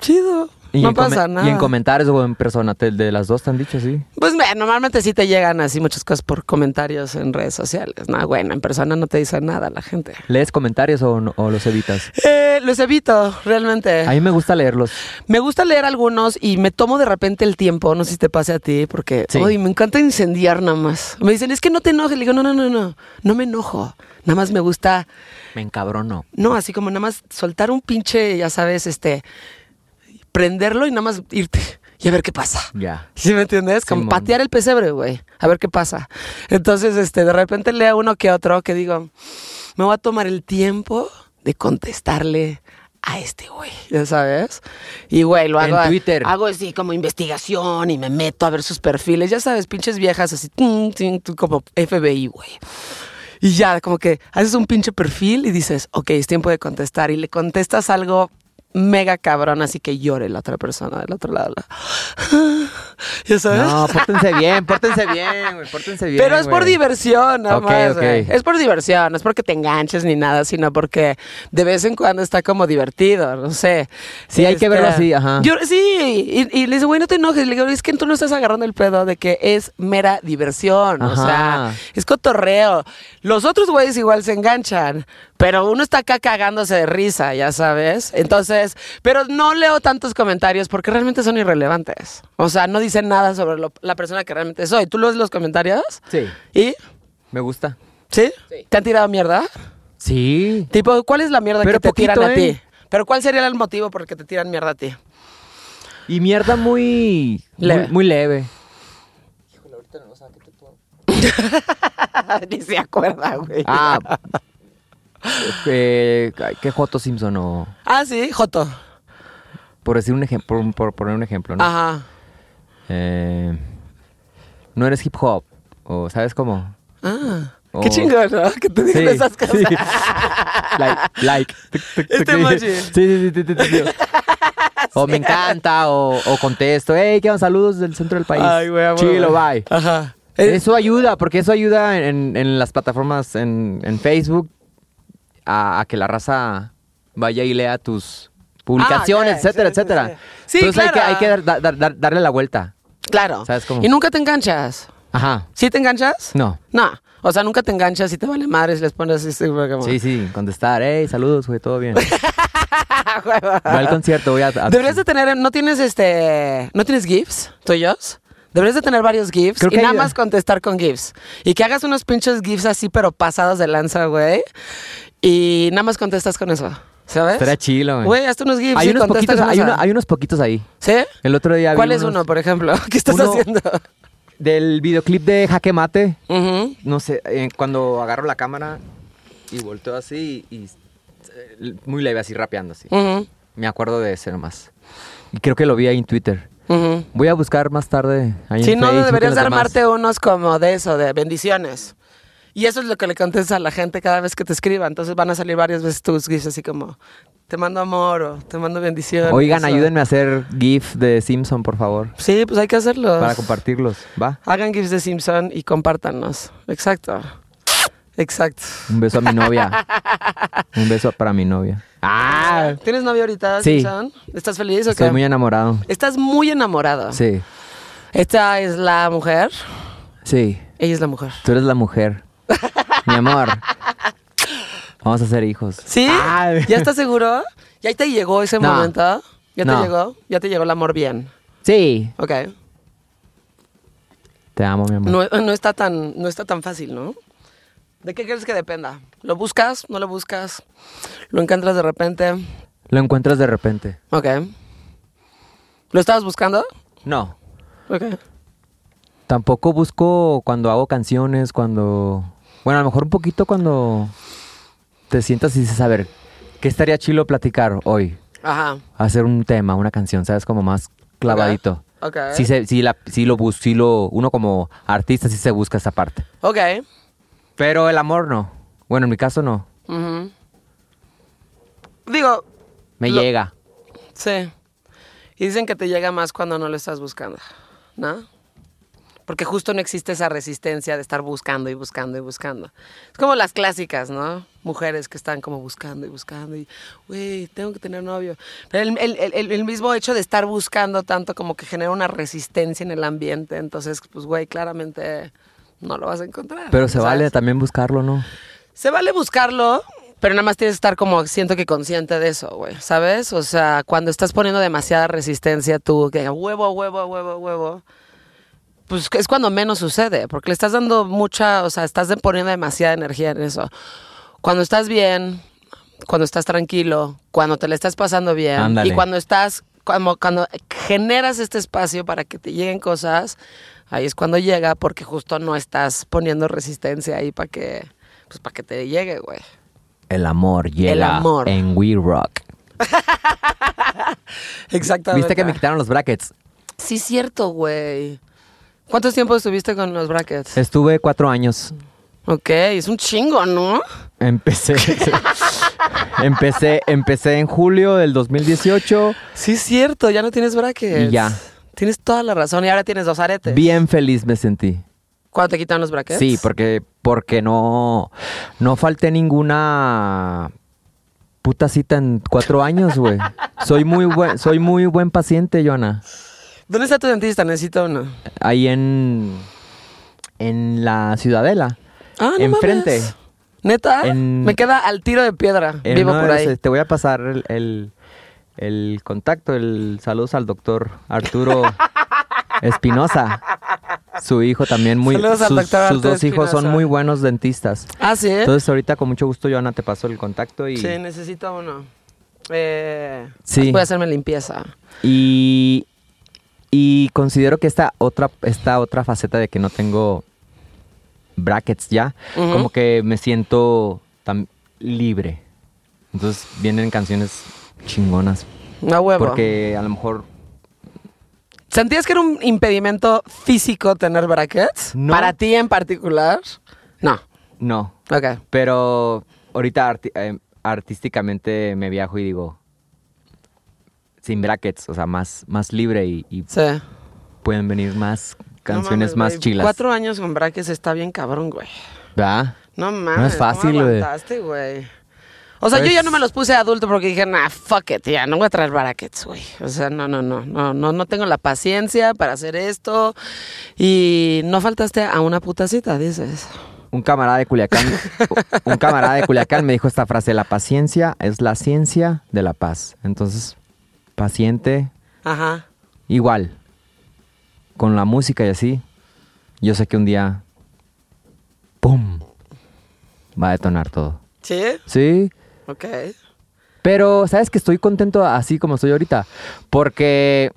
chido.
Y
no
en come-
pasa nada.
Y en comentarios o en persona, te- de las dos te han dicho, sí.
Pues mira, normalmente sí te llegan así muchas cosas por comentarios en redes sociales. No, bueno, en persona no te dice nada la gente.
¿Lees comentarios o, no- o los evitas?
Eh, los evito, realmente.
A mí me gusta leerlos.
Me gusta leer algunos y me tomo de repente el tiempo, no sé si te pase a ti, porque
Sí.
uy, me encanta incendiar nada más. Me dicen, es que no te enojes. Le digo, no, no, no, no, no me enojo. Nada más me gusta
Me encabrono.
No, así como nada más soltar un pinche, ya sabes, este, prenderlo y nada más irte y a ver qué pasa.
Ya.
¿Sí me entiendes? Como
Simón.
patear el pesebre, güey. A ver qué pasa. Entonces, este, de repente leo uno que otro que digo, me voy a tomar el tiempo de contestarle a este güey, ya sabes. Y güey, lo
En
hago.
Twitter.
Hago así como investigación y me meto a ver sus perfiles, ya sabes, pinches viejas así, tin, tin, tin, como FBI, güey. Y ya, como que haces un pinche perfil y dices, ok, es tiempo de contestar. Y le contestas algo mega cabrón, así que llore la otra persona del otro lado. La- ¿Ya sabes?
No, pórtense bien, pórtense bien, güey, pórtense bien.
Pero es por
güey.
diversión, nada
Ok,
más,
ok.
güey. Es por diversión, no es porque te enganches ni nada, sino porque de vez en cuando está como divertido, no sé. Este,
Sí, hay que verlo así, ajá.
yo- sí, y, y le dice, güey, no te enojes. Le digo, es que tú no estás agarrando el pedo de que es mera diversión, o
Ajá.
sea, es cotorreo. Los otros güeyes igual se enganchan, pero uno está acá cagándose de risa, ya sabes. Entonces, pero no leo tantos comentarios porque realmente son irrelevantes. O sea, no dicen nada sobre lo- la persona que realmente soy. ¿Tú lees los comentarios?
Sí,
¿Y?
me gusta.
¿Sí? ¿Te han tirado mierda?
Sí.
Tipo, ¿cuál es la mierda
Pero
que te
poquito,
tiran a
¿eh?
ti? Pero ¿cuál sería el motivo por el que te tiran mierda a ti?
Y mierda muy
Leve.
Muy, muy leve.
Ni se acuerda, güey.
Ah. eh, ¿Qué Joto Simpson o
Ah, sí, Joto.
por decir un ejemplo, por, por poner un ejemplo, ¿no?
Ajá.
Eh, no eres hip hop o ¿sabes cómo?
Ah.
Oh.
Qué chingón, ¿no? Que te digan
Sí,
esas cosas.
sí. like, like. Tuc, tuc, tuc.
Este emoji.
Sí, sí, sí, sí, sí, sí. O me encanta, o, o contesto, hey, quedan saludos del centro del país.
Ay, güey, a huevo.
Chilo, bye.
Ajá. Eh,
Eso ayuda, porque eso ayuda en, en las plataformas, en, en Facebook, a, a que la raza vaya y lea tus publicaciones,
Ah, ok,
etcétera,
sí, sí,
etcétera.
sí. Sí,
Entonces hay que,
claro.
hay que dar- dar- dar- dar- darle la vuelta.
Claro.
¿Sabes cómo?
Y nunca te enganchas.
Ajá.
¿Sí te enganchas?
No.
No. O sea, nunca te enganchas y te vale madres y les pones este así. como-
Sí, sí, contestar, hey, saludos, güey, todo bien.
Ah, huevo.
Voy al concierto, voy a... a-
Deberías de tener, ¿no tienes este, no tienes GIFs, tuyos? Deberías de tener varios GIFs
Creo
y
que
nada
hay- eh.
más contestar con GIFs. Y que hagas unos pinches GIFs así, pero pasados de lanza, güey. Y nada más contestas con eso, ¿sabes?
Estaría chilo, güey.
Güey, hazte unos GIFs
Hay
y
unos,
contesta
poquitos,
con
hay,
esa.
uno- hay unos poquitos ahí.
¿Sí?
El otro día vi
¿Cuál es
unos-
uno, por ejemplo? ¿Qué estás
uno
haciendo?
Del videoclip de Jaque Mate.
Ujú.
No sé, eh, cuando agarro la cámara y volteo así y, y, eh, muy leve, así rapeando así.
Ujú.
Me acuerdo de ese nomás. Y creo que lo vi ahí en Twitter.
Ujú.
Voy a buscar más tarde. ahí en
Si no,
Facebook y
deberías
los
de
demás.
armarte unos como de eso, de bendiciones. Y eso es lo que le contestas a la gente cada vez que te escriba. Entonces van a salir varias veces tus gifs así como, te mando amor o te mando bendición.
Oigan,
Eso.
ayúdenme a hacer GIF de Simpson, por favor.
Sí, pues hay que hacerlo.
Para compartirlos. Va.
Hagan gifs de Simpson y compártanos. Exacto. Exacto.
Un beso a mi novia. Un beso para mi novia.
Ah. ¿Tienes novio ahorita,
Sí.
Simpson? ¿Estás feliz o
Estoy
qué?
muy enamorado.
Estás muy enamorado.
Sí.
Esta es la mujer.
Sí.
Ella es la mujer.
Tú eres la mujer. Mi amor. Vamos a ser hijos.
¿Sí?
Ay.
¿Ya estás seguro? ¿Ya te llegó ese
No.
momento? ¿Ya
No.
te llegó? ¿Ya te llegó el amor bien?
Sí.
Ok.
Te amo, mi amor.
No, no está, tan, no está tan fácil, ¿no? ¿De qué crees que dependa? ¿Lo buscas? ¿No lo buscas? ¿Lo encuentras de repente?
Lo encuentras de repente.
Ok. ¿Lo estabas buscando?
No.
Ok.
Tampoco busco cuando hago canciones, cuando... Bueno, a lo mejor un poquito cuando te sientas y dices, a ver, ¿qué estaría chilo platicar hoy?
Ajá.
Hacer un tema, una canción, ¿sabes? Como más clavadito.
Ok.
Sí, se- sí la- sí lo bus- sí lo- uno como artista sí se busca esa parte.
Ok.
Pero el amor no. Bueno, en mi caso no.
Ujú. Digo,
Me
Lo-
llega.
Sí. Y dicen que te llega más cuando no lo estás buscando, ¿no? Porque justo no existe esa resistencia de estar buscando y buscando y buscando. Es como las clásicas, ¿no? Mujeres que están como buscando y buscando y, güey, tengo que tener novio. Pero el, el- el- el mismo hecho de estar buscando tanto como que genera una resistencia en el ambiente. Entonces, pues, güey, claramente no lo vas a encontrar.
Pero se
¿sabes?
vale también buscarlo, ¿no?
Se vale buscarlo, pero nada más tienes que estar como, siento que consciente de eso, güey, ¿sabes? O sea, cuando estás poniendo demasiada resistencia tú, que huevo, huevo, huevo, huevo, pues que es cuando menos sucede, porque le estás dando mucha, o sea, estás de- poniendo demasiada energía en eso. Cuando estás bien, cuando estás tranquilo, cuando te le estás pasando bien
Ándale.
y cuando estás, como cuando generas este espacio para que te lleguen cosas, ahí es cuando llega porque justo no estás poniendo resistencia ahí para que, pues para que te llegue, güey.
El amor llega
amor.
en We Rock.
Exactamente.
¿Viste que me quitaron los brackets?
Sí, cierto, güey. ¿Cuántos tiempo estuviste con los brackets?
Estuve cuatro años.
Ok, es un chingo, ¿no?
Empecé. empecé, empecé en julio del 2018.
Sí, es cierto, ya no tienes brackets.
Y ya.
Tienes toda la razón y ahora tienes dos aretes.
Bien feliz me sentí.
¿Cuándo te quitan los brackets?
Sí, porque, porque no, no falté ninguna puta cita en cuatro años, güey. Soy muy buen, soy muy buen paciente, Joana.
¿Dónde está tu dentista? Necesito uno.
Ahí en, en la Ciudadela.
Ah, no
Enfrente.
mames. ¿Neta?
En-
Me queda al tiro de piedra.
En
Vivo
uno de
por ahí.
los- te voy a pasar el, el- el contacto, el saludos al doctor Arturo Espinosa. Su hijo también muy...
Saludos al
sus
doctor
sus
Arturo
dos hijos son
Espinosa.
muy buenos dentistas.
Ah, ¿sí?
Entonces ahorita con mucho gusto, Joana, te paso el contacto y...
Sí, necesito uno. Eh,
Sí.
pues Voy a hacerme limpieza.
Y, y considero que esta otra, esta otra faceta de que no tengo brackets ya,
Ujú.
como que me siento tan libre. Entonces vienen canciones chingonas.
Una huevo.
Porque a lo mejor...
¿Sentías que era un impedimento físico tener brackets?
No.
¿Para ti en particular? No.
No.
Ok.
Pero ahorita arti- eh, artísticamente me viajo y digo... Sin brackets, o sea, más, más libre y, y
Sí.
pueden venir más canciones
No mames,
más
güey.
chilas.
Cuatro años con brackets está bien cabrón, güey.
¿Verdad?
No mames.
fácil,
¿cómo
güey.
aguantaste, güey? O sea, yo
Pues-
ya no me los puse de adulto porque dije, nah, fuck it, ya, no voy a traer brackets, güey. O sea, no, no, no, no, no, no tengo la paciencia para hacer esto. Y no faltaste a una puta cita, dices.
Un camarada de Culiacán, un camarada de Culiacán me dijo esta frase, la paciencia es la ciencia de la paz. Entonces, paciente,
Ajá.
igual, con la música y así, yo sé que un día, ¡pum!, va a detonar todo.
¿Sí?
Sí,
Ok.
pero sabes que estoy contento así como estoy ahorita, porque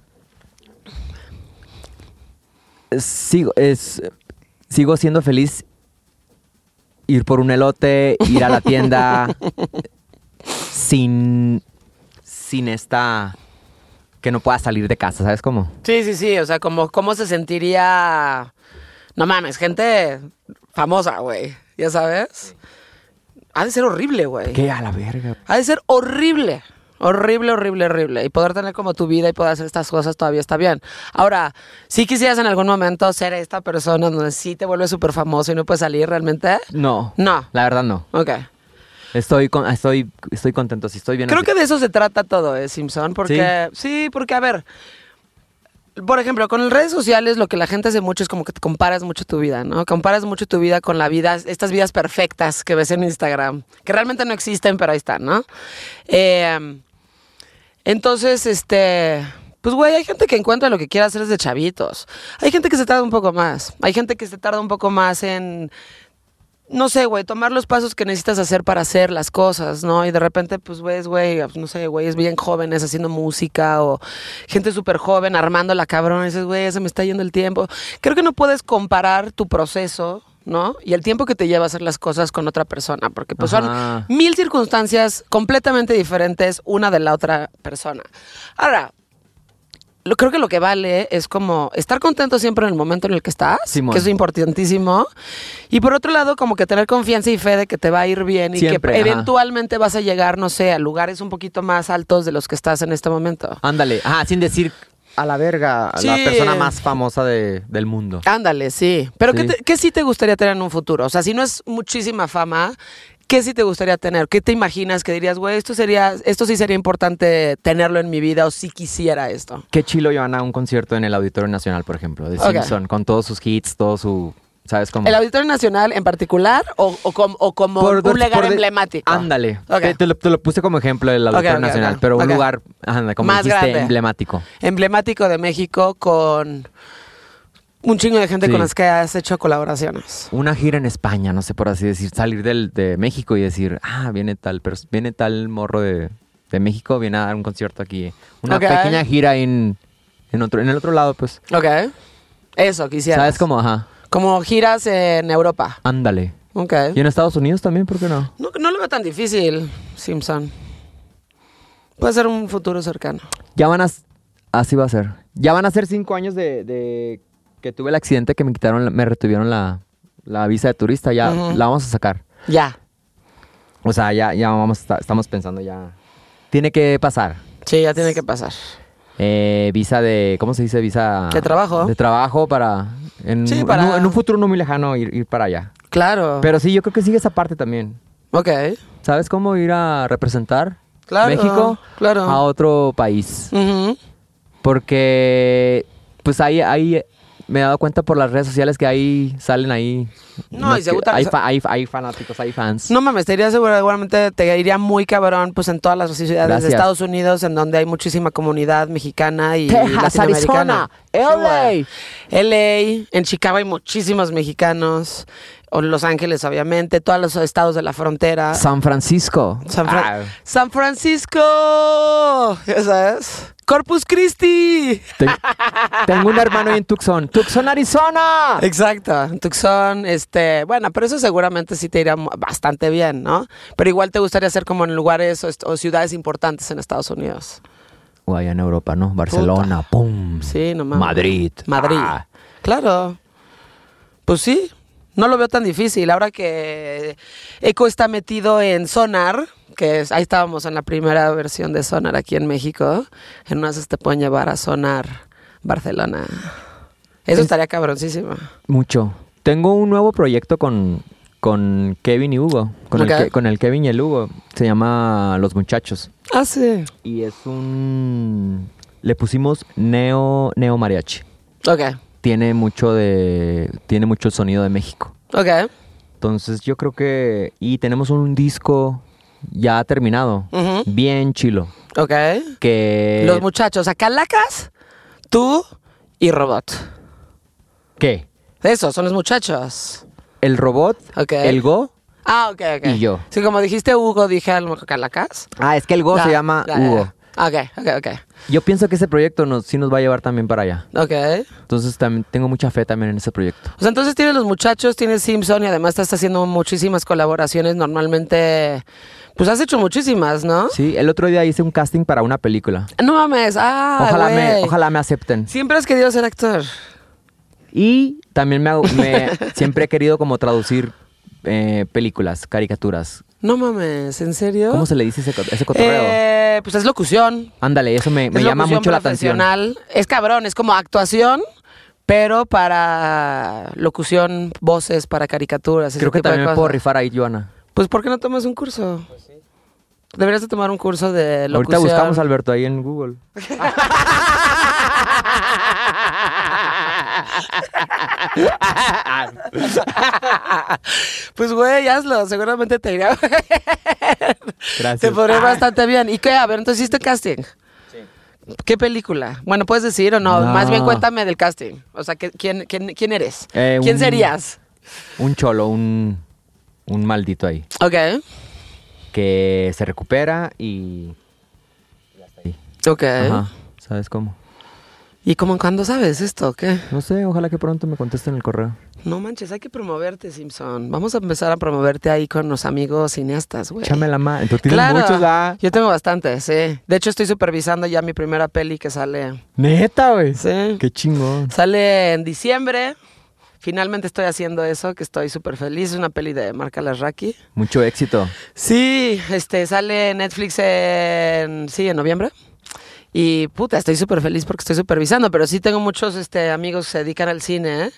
sigo, es, sigo siendo feliz ir por un elote, ir a la tienda sin, sin esta que no pueda salir de casa, ¿sabes cómo?
Sí, sí, sí, o sea, como cómo se sentiría No mames, gente famosa, güey. ¿Ya sabes? Ha de ser horrible, güey.
¿Qué a la verga?
Ha de ser horrible. Horrible, horrible, horrible. Y poder tener como tu vida y poder hacer estas cosas todavía está bien. Ahora, si quisieras en algún momento ser esta persona donde sí te vuelves súper famoso y no puedes salir realmente.
No.
No.
La verdad no.
Ok.
Estoy, con- estoy, estoy contento, sí, estoy bien.
Creo
así.
que de eso se trata todo, ¿eh, Simpson? Porque, sí, porque, a ver, por ejemplo, con las redes sociales lo que la gente hace mucho es como que te comparas mucho tu vida, ¿no? Comparas mucho tu vida con la vida, estas vidas perfectas que ves en Instagram, que realmente no existen, pero ahí están, ¿no? Eh, entonces, este. Pues, güey, hay gente que encuentra lo que quiere hacer desde chavitos. Hay gente que se tarda un poco más. Hay gente que se tarda un poco más en. No sé, güey, tomar los pasos que necesitas hacer para hacer las cosas, ¿no? Y de repente, pues, ves, güey, pues, no sé, güey, es bien jóvenes haciendo música o gente súper joven armando la cabrón. Y dices, güey, ya se me está yendo el tiempo. Creo que no puedes comparar tu proceso, ¿no? Y el tiempo que te lleva a hacer las cosas con otra persona, porque pues
Ajá.
son mil circunstancias completamente diferentes una de la otra persona. Ahora, lo, creo que lo que vale es como estar contento siempre en el momento en el que estás,
Simón.
que es importantísimo. Y por otro lado, como que tener confianza y fe de que te va a ir bien
Siempre,
y que
ajá.
eventualmente vas a llegar, no sé, a lugares un poquito más altos de los que estás en este momento.
Ándale. Ah, sin decir a la verga, a la
Sí. Ah.
persona más famosa de- del mundo.
Ándale, sí. Pero ¿qué,
Sí.
te- qué sí te gustaría tener en un futuro? O sea, si no es muchísima fama, ¿qué sí te gustaría tener? ¿Qué te imaginas que dirías, güey, esto sería, esto sí sería importante tenerlo en mi vida o si quisiera esto?
Qué chilo, Joana, un concierto en el Auditorio Nacional, por ejemplo, de
Ok.
Simpson, con todos sus hits, todo su. ¿Sabes cómo?
¿El Auditorio Nacional en particular o, o com- o como
Por- por-
un lugar
por de-
emblemático?
Ándale.
Ok.
Te, te lo, te lo puse como ejemplo el Auditorio
Ok, ok,
Nacional,
ok.
pero un
Ok.
lugar, ándale, como
Más
dijiste,
grande.
emblemático.
Emblemático de México con un chingo de gente
Sí.
con las que has hecho colaboraciones.
Una gira en España, no sé por así decir, salir del, de México y decir, ah, viene tal, pers- viene tal morro de, de México, viene a dar un concierto aquí. Una
Ok.
pequeña gira en, en, otro, en el otro lado, pues.
Ok. Eso quisiera.
¿Sabes cómo? Ajá.
Como giras en Europa.
Ándale.
Ok.
¿Y en Estados Unidos también? ¿Por qué no?
No, no lo veo tan difícil, Simpson. Puede ser un futuro cercano.
Ya van a... s- Así va a ser. Ya van a ser cinco años de, de que tuve el accidente que me quitaron, la- me retuvieron la, la visa de turista. Ya
Ujú.
la vamos a sacar.
Ya.
O sea, ya, ya vamos, a esta- estamos pensando ya. Tiene que pasar.
Sí, ya tiene que pasar.
Eh, visa de, ¿cómo se dice? Visa...
De trabajo.
De trabajo para... En,
Sí,
en
para- Oh.
un- en un futuro no muy lejano ir, ir para allá.
Claro.
Pero sí, yo creo que sigue esa parte también.
ok.
¿Sabes cómo ir a representar
Claro,
México
claro.
a otro país?
Ujú.
Porque, pues ahí, ahí me he dado cuenta por las redes sociales que ahí salen ahí.
No,
unos
y se
que-
gustan-
hay, fa- hay- hay fanáticos, hay fans.
No mames, te iría seguro- seguramente te iría muy cabrón pues en todas las ciudades de
Gracias.
Estados Unidos en donde hay muchísima comunidad mexicana y
Texas,
latinoamericana.
Arizona,
Sí, güey. LA, en Chicago hay muchísimos mexicanos, o Los Ángeles obviamente, todos los estados de la frontera.
San Francisco.
San, Fra-
Ah,
San Francisco, ¿ya sabes? Corpus Christi.
te- Ah, tengo un hermano ahí en Tucson. Tucson, Arizona.
Eh. Exacto, en Tucson, este, bueno, pero eso seguramente sí te irá mu- bastante bien, ¿no? Pero igual te gustaría ser como en lugares o, est- o ciudades importantes en Estados Unidos.
O allá en Europa, ¿no? Barcelona, pum.
Sí, no mames.
Madrid.
Madrid.
Ah,
Claro. Pues sí, no lo veo tan difícil. Ahora que Eco está metido en Sonar, que es- ahí estábamos en la primera versión de Sonar aquí en México, en unas te pueden llevar a Sonar Barcelona. Eso estaría cabroncísimo.
mucho. Tengo un nuevo proyecto con, con Kevin y Hugo. Con,
Ok.
el, Ke- con el Kevin y el Hugo. Se llama Los Muchachos.
Ah, sí.
Y es un... Le pusimos neo, neo mariachi.
Ok,
Tiene mucho de... Tiene mucho el sonido de México.
ok.
Entonces yo creo que... Y tenemos un disco ya terminado.
Ujú.
Bien chilo.
Ok.
Eh, Que...
Los muchachos, a Calacas, tú y Robot.
¿Qué?
Esos son los muchachos.
El robot,
Ok.
el go.
Ah, ok, ok.
Y yo.
Sí, como dijiste Hugo, dije a lo mejor Calacas.
Ah, es que el go
Ya,
se llama
ya, ya.
Hugo.
Ah, Ok, ok, ok.
Yo pienso que ese proyecto nos, sí nos va a llevar también para allá.
Ok.
Entonces también tengo mucha fe también en ese proyecto.
O sea, entonces tienes los muchachos, tienes Simpson y además estás haciendo muchísimas colaboraciones. Normalmente, pues has hecho muchísimas, ¿no?
Sí, el otro día hice un casting para una película.
No mames. Ah,
ojalá, me,
güey.
ojalá me acepten.
Siempre has querido ser actor.
Y también me, hago- me- siempre he querido como traducir eh, películas, caricaturas.
No mames, ¿en serio?
¿Cómo se le dice ese, co- ese cotorreo?
Eh, pues es locución.
Ándale, eso me, me
Es
llama
locución
mucho la atención.
profesional. Es cabrón, es como actuación, pero para locución, voces, para caricaturas. ese
Creo que
tipo de
también me
cosas.
puedo rifar ahí, Joana.
Pues ¿por qué no tomas un curso? Deberías de tomar un curso de
Ahorita
locución.
buscamos a Alberto ahí en Google.
Pues güey, hazlo, seguramente te irá.
Gracias. Ah.
Te podré bastante bien. ¿Y qué? A ver, entonces hiciste casting. ¿Qué película? Bueno, ¿puedes decir o no?
No.
Más bien cuéntame del casting. O sea, ¿qué- ¿quién, quién, quién eres?
Eh,
¿Quién
un-
serías?
Ah, Un cholo, un, un maldito ahí.
Ok,
Que se recupera y.
ok.
Ajá. ¿Sabes cómo?
¿Y cómo cuándo sabes esto? o ¿Qué?
No sé, ojalá que pronto me contesten el correo.
No manches, hay que promoverte, Simpson. Vamos a empezar a promoverte ahí con los amigos cineastas, güey.
Échame la mano. Tú tienes muchos, ah.
Yo tengo bastantes, sí. De hecho, estoy supervisando ya mi primera peli que sale.
Neta, güey.
Sí.
Qué chingón.
Sale en diciembre. Finalmente estoy haciendo eso, que estoy súper feliz. Es una peli de Marca Larraqui.
Mucho éxito.
Sí, este, sale en Netflix en, sí, en noviembre. Y puta, estoy súper feliz porque estoy supervisando, pero sí tengo muchos este, amigos que se dedican al cine, ¿eh?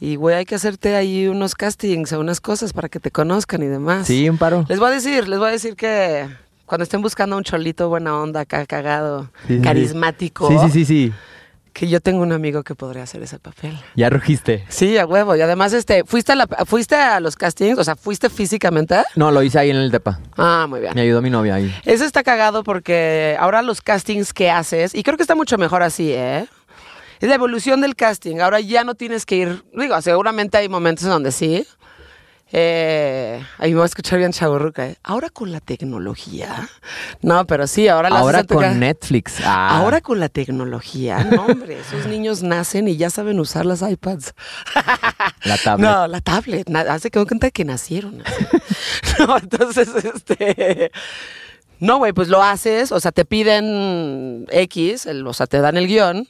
Y, güey, hay que hacerte ahí unos castings o unas cosas para que te conozcan y demás.
Sí, un paro.
Les voy a decir, les voy a decir que cuando estén buscando a un cholito buena onda, acá cagado,
Sí, sí, sí.
carismático,
Sí, sí, sí, sí.
que yo tengo un amigo que podría hacer ese papel.
Ya rugiste.
Sí, a huevo. Y además, este, ¿fuiste a, la- ¿fuiste a los castings? O sea, ¿fuiste físicamente?
No, lo hice ahí en el depa.
Ah, muy bien.
Me ayudó mi novia ahí.
Eso está cagado porque ahora los castings que haces, y creo que está mucho mejor así, ¿eh? Es la evolución del casting. Ahora ya no tienes que ir. Digo, seguramente hay momentos en donde sí. Eh, ahí me va a escuchar bien chaburruca. ¿eh? Ahora con la tecnología. No, pero sí, ahora la
Ahora con Netflix. Ah.
Ahora con la tecnología. No, hombre, esos niños nacen y ya saben usar las iPads.
La tablet.
No, la tablet. na- Hace que me cuenta que nacieron. así. no, entonces, este. No, güey, pues lo haces, o sea, te piden X, el- o sea, te dan el guión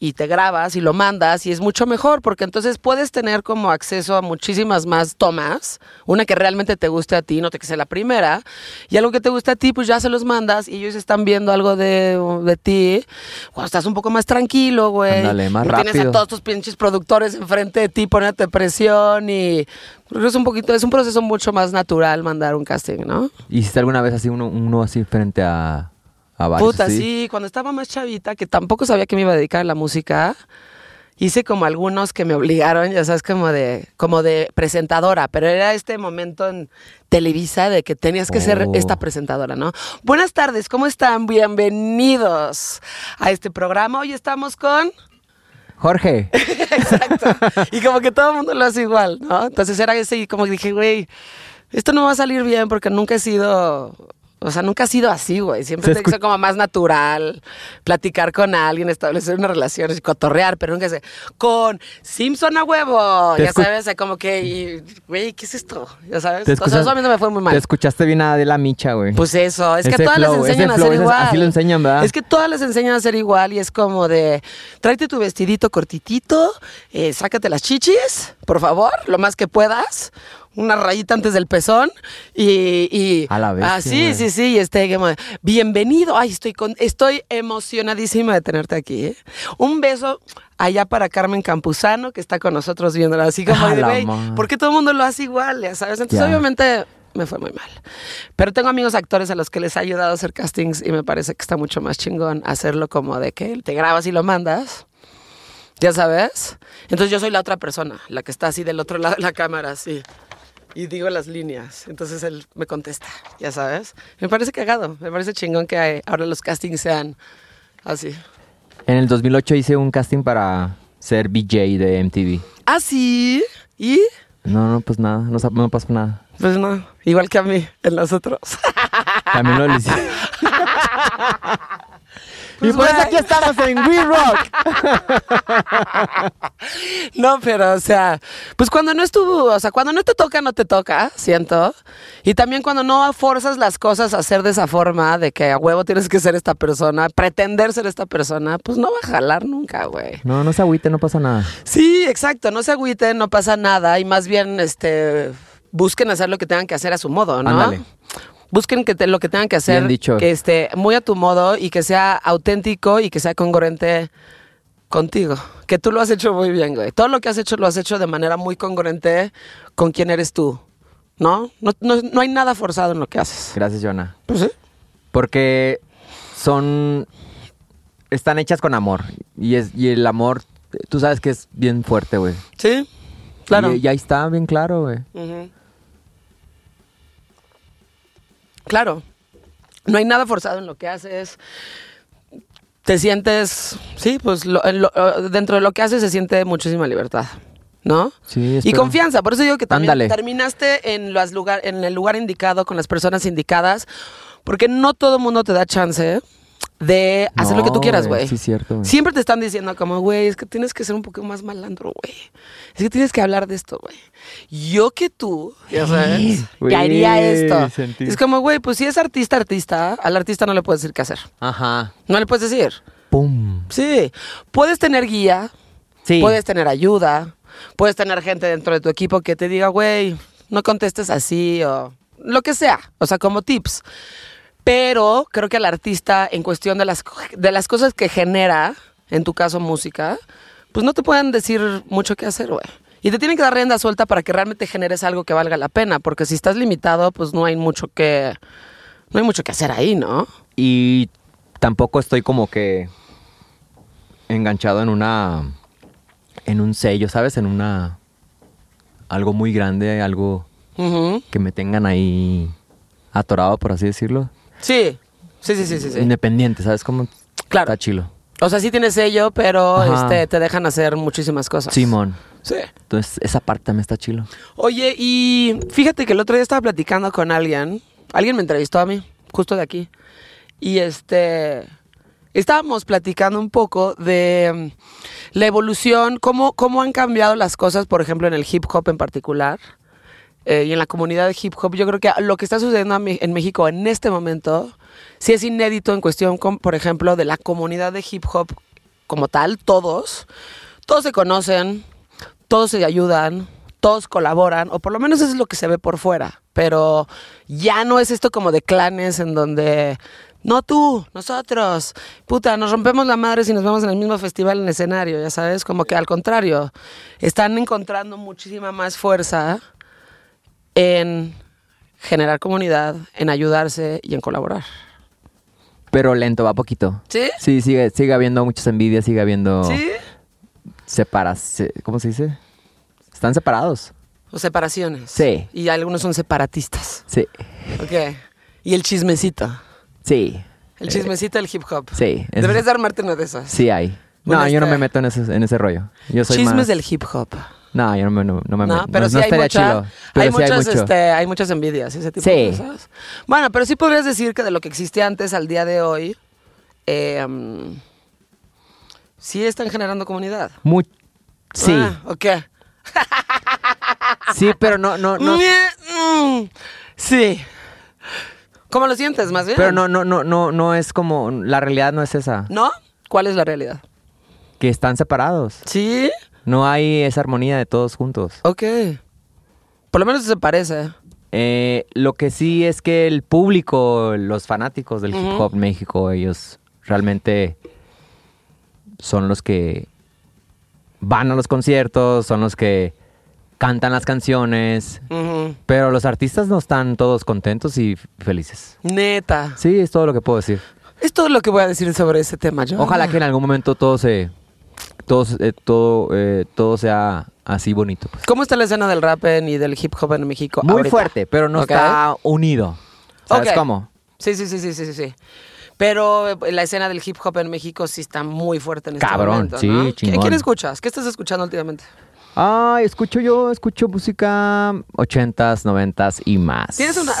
y te grabas y lo mandas y es mucho mejor porque entonces puedes tener como acceso a muchísimas más tomas, una que realmente te guste a ti, no te que sea la primera, y algo que te guste a ti, pues ya se los mandas y ellos están viendo algo de, de ti, cuando estás un poco más tranquilo, güey.
Ándale, más
no Tienes a
rápido.
todos tus pinches productores enfrente de ti, ponerte presión y creo que es un poquito, es un proceso mucho más natural mandar un casting, ¿no?
¿Hiciste alguna vez así uno, uno así frente a, a varios?
Puta,
así?
sí. cuando estaba más chavita, que tampoco sabía que me iba a dedicar a la música, hice como algunos que me obligaron, ya sabes, como de, como de presentadora, pero era este momento en Televisa de que tenías que ser
Oh.
esta presentadora, ¿no? Buenas tardes, ¿cómo están? Bienvenidos a este programa. Hoy estamos con...
Jorge.
Exacto. Y como que todo el mundo lo hace igual, ¿no? Entonces era ese y como que dije, güey, esto no va a salir bien porque nunca he sido, o sea, nunca ha sido así, güey. Siempre
Se
tiene que ser
escu-
como más natural, platicar con alguien, establecer una relación, y cotorrear, pero nunca sé. Con Simpson a huevo,
Te
ya
escu-
sabes, como que, y, güey, ¿qué es esto? Ya sabes.
Te
O sea,
escuchas-
eso a mí no me fue muy mal.
Te escuchaste bien a de la micha, güey.
Pues eso, es que
Ese
todas las
flow,
enseñan
ese
a
flow,
hacer
ese-
igual.
así lo enseñan, ¿verdad?
Es que todas las enseñan a hacer igual y es como de, tráete tu vestidito cortitito, eh, sácate las chichis, por favor, lo más que puedas, una rayita antes del pezón y... y-
A la bestia,
Ah, sí,
güey.
sí, sí, y este, como de, bienvenido, ay, estoy, con, estoy emocionadísima de tenerte aquí. ¿eh? Un beso allá para Carmen Campuzano, que está con nosotros viendo así como
A
de,
la
"Güey,
madre.
¿por qué todo el mundo lo hace igual? Ya sabes, entonces
Ya.
obviamente me fue muy mal. Pero tengo amigos actores a los que les ha ayudado a hacer castings y me parece que está mucho más chingón hacerlo como de que te grabas y lo mandas. Ya sabes. Entonces yo soy la otra persona, la que está así del otro lado de la cámara, así. Y digo las líneas. Entonces él me contesta, ya sabes. Me parece cagado. Me parece chingón que eh, ahora los castings sean así.
En el 2008 hice un casting para ser BJ de MTV.
Así. Ah, Y
No, no, pues nada, no, sa- no pasó nada.
pues no, igual que a mí, en las otras.
También lo hice. y por eso
Pues güey.
pues aquí estamos en We Rock.
No, pero, o sea, pues cuando no estuvo, o sea, cuando no te toca, no te toca, siento. Y también cuando no forzas las cosas a ser de esa forma, de que a huevo tienes que ser esta persona, pretender ser esta persona, pues no va a jalar nunca, güey.
No, no se agüite, no pasa nada.
Sí, exacto, no se agüiten, no pasa nada y más bien este busquen hacer lo que tengan que hacer a su modo, ¿no?
Ándale.
Busquen que te- lo que tengan que hacer
Bien dicho.
que esté muy a tu modo y que sea auténtico y que sea congruente contigo, que tú lo has hecho muy bien, güey. Todo lo que has hecho lo has hecho de manera muy congruente con quién eres tú, ¿no? No, no, no hay nada forzado en lo que haces.
Gracias, Joana.
Pues sí.
Porque son. Están hechas con amor. Y, es, y el amor, tú sabes que es bien fuerte, güey.
Sí, claro.
Y, y ahí está, bien claro, güey.
Ujú. Claro, no hay nada forzado en lo que haces. Te sientes, sí, pues lo- en lo- dentro de lo que haces se siente muchísima libertad, ¿no?
Sí,
Y
espero.
confianza, por eso digo que también
Ándale.
terminaste en, las lugar, en el lugar indicado, con las personas indicadas, porque no todo mundo te da chance de hacer lo que tú
No,
quieras,
güey,
güey.
sí es cierto, güey.
Siempre te están diciendo como, güey, es que tienes que ser un poco más malandro, güey. Es que tienes que hablar de esto, güey. Yo que tú, ya sabes,
Güey,
que haría esto.
sentí.
Es como, güey, pues si es artista, artista, al artista no le puedes decir qué hacer.
Ajá.
No le puedes decir.
¡Pum!
Sí, puedes tener guía,
Sí.
puedes tener ayuda, puedes tener gente dentro de tu equipo que te diga, güey, no contestes así o lo que sea, o sea, como tips. Pero creo que al artista, en cuestión de las, co- de las cosas que genera, en tu caso música, pues no te pueden decir mucho qué hacer, güey. Y te tienen que dar rienda suelta para que realmente generes algo que valga la pena, porque si estás limitado, pues no hay mucho que, no hay mucho que hacer ahí, ¿no?
Y tampoco estoy como que enganchado en una. en un sello, ¿sabes? En una. algo muy grande, algo
Ujú.
que me tengan ahí atorado, por así decirlo.
Sí, sí, sí, sí, sí. sí.
Independiente, ¿sabes? Como.
Claro.
Está chilo.
O sea, sí tienes sello, pero
Ajá.
este, te dejan hacer muchísimas cosas.
Simón.
Sí.
Entonces, esa parte también está chilo.
Oye, y fíjate que el otro día estaba platicando con alguien. Alguien me entrevistó a mí, justo de aquí. Y este. Estábamos platicando un poco de mm, la evolución, cómo, cómo han cambiado las cosas, por ejemplo, en el hip hop en particular. eh, y en la comunidad de hip hop, yo creo que lo que está sucediendo a mí- en México en este momento sí es inédito en cuestión, con, por ejemplo, de la comunidad de hip hop como tal, todos. Todos se conocen, todos se ayudan, todos colaboran, o por lo menos eso es lo que se ve por fuera. Pero ya no es esto como de clanes en donde, no tú, nosotros, puta, nos rompemos la madre si nos vemos en el mismo festival en escenario, ya sabes, como que al contrario, están encontrando muchísima más fuerza en generar comunidad, en ayudarse y en colaborar.
Pero lento, va poquito.
¿Sí?
Sí, sigue, sigue habiendo muchas envidias, sigue habiendo
¿Sí?
separas. se- ¿Cómo se dice? Están separados.
O separaciones.
Sí.
Y algunos son separatistas.
Sí.
Ok. Y el chismecito.
Sí.
El chismecito del hip hop.
Sí. es-
Deberías de armarte uno de esos.
Sí hay. No,
Bueno,
yo no
este-
me meto en ese, en ese rollo. Yo soy
Chismes
más-
del hip hop.
No, yo no me, no, no me
No,
meto.
pero
no,
sí
no
hay
estaría
mucha-
chido. Pero
hay
sí hay
muchas,
mucho.
este, hay muchas envidias, ese tipo de
Sí.
cosas. Bueno, pero sí podrías decir que de lo que existía antes al día de hoy, eh, mm, sí están generando comunidad.
Mu- Sí,
Ah, ok.
sí, pero no, no, no.
Mm, Sí. ¿Cómo lo sientes, más bien?
Pero no, no, no, no, no es como. La realidad no es esa.
¿No? ¿Cuál es la realidad?
Que están separados.
Sí.
No hay esa armonía de todos juntos.
Ok. Por lo menos se parece.
Eh, lo que sí es que el público, los fanáticos del hip
Ujú.
hop en México, ellos realmente son los que van a los conciertos, son los que cantan las canciones,
Ujú.
pero los artistas no están todos contentos y f- felices.
Neta.
Sí, es todo lo que puedo decir.
Es todo lo que voy a decir sobre ese tema, yo.
Ojalá que en algún momento todo se, todo, se- eh, todo, eh, todo sea así bonito. pues.
¿Cómo está la escena del rap en- y del hip hop en México?
Muy
ahorita?
fuerte, pero no
Ok.
está unido. ¿Sabes
Ok.
cómo?
Sí, sí, sí, sí, sí, sí, sí. Pero eh, la escena del hip hop en México sí está muy fuerte en este
Cabrón,
momento,
sí,
¿no? ¿Qui-
chingón.
¿Quién escuchas? ¿Qué estás escuchando últimamente?
Ah, escucho yo, escucho música 80s, 90s y más.
Tienes una.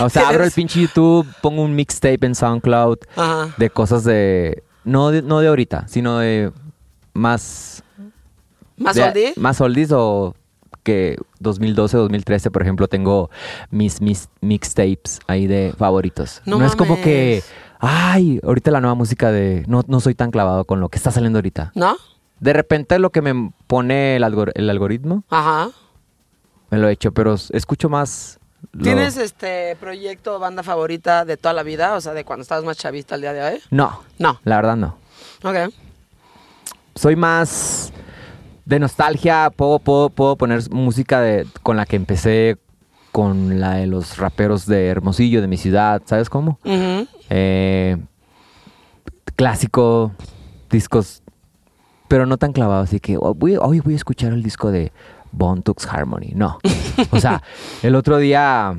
O sea, abro el pinche YouTube, pongo un mixtape en SoundCloud
Ajá.
de cosas de no, de. no de ahorita, sino de más.
¿Más
de-
oldie?
Más oldies o que 2012, 2013, por ejemplo, tengo mis, mis mixtapes ahí de favoritos.
No
No, es como
mames.
que. Ay, ahorita la nueva música de. No, no soy tan clavado con lo que está saliendo ahorita.
¿No?
De repente lo que me pone el, algor- el algoritmo,
Ajá.
me lo he hecho, pero escucho más. lo-
¿Tienes este proyecto o banda favorita de toda la vida? O sea, de cuando estabas más chavista al día de hoy.
No.
No.
La verdad no.
Ok.
Soy más de nostalgia, puedo, puedo, puedo poner música de, con la que empecé, con la de los raperos de Hermosillo, de mi ciudad, ¿sabes cómo?
Ujú.
Eh, clásico, discos, pero no tan clavado, así que oh, voy- hoy voy a escuchar el disco de Bontux Harmony, no. O sea, el otro día,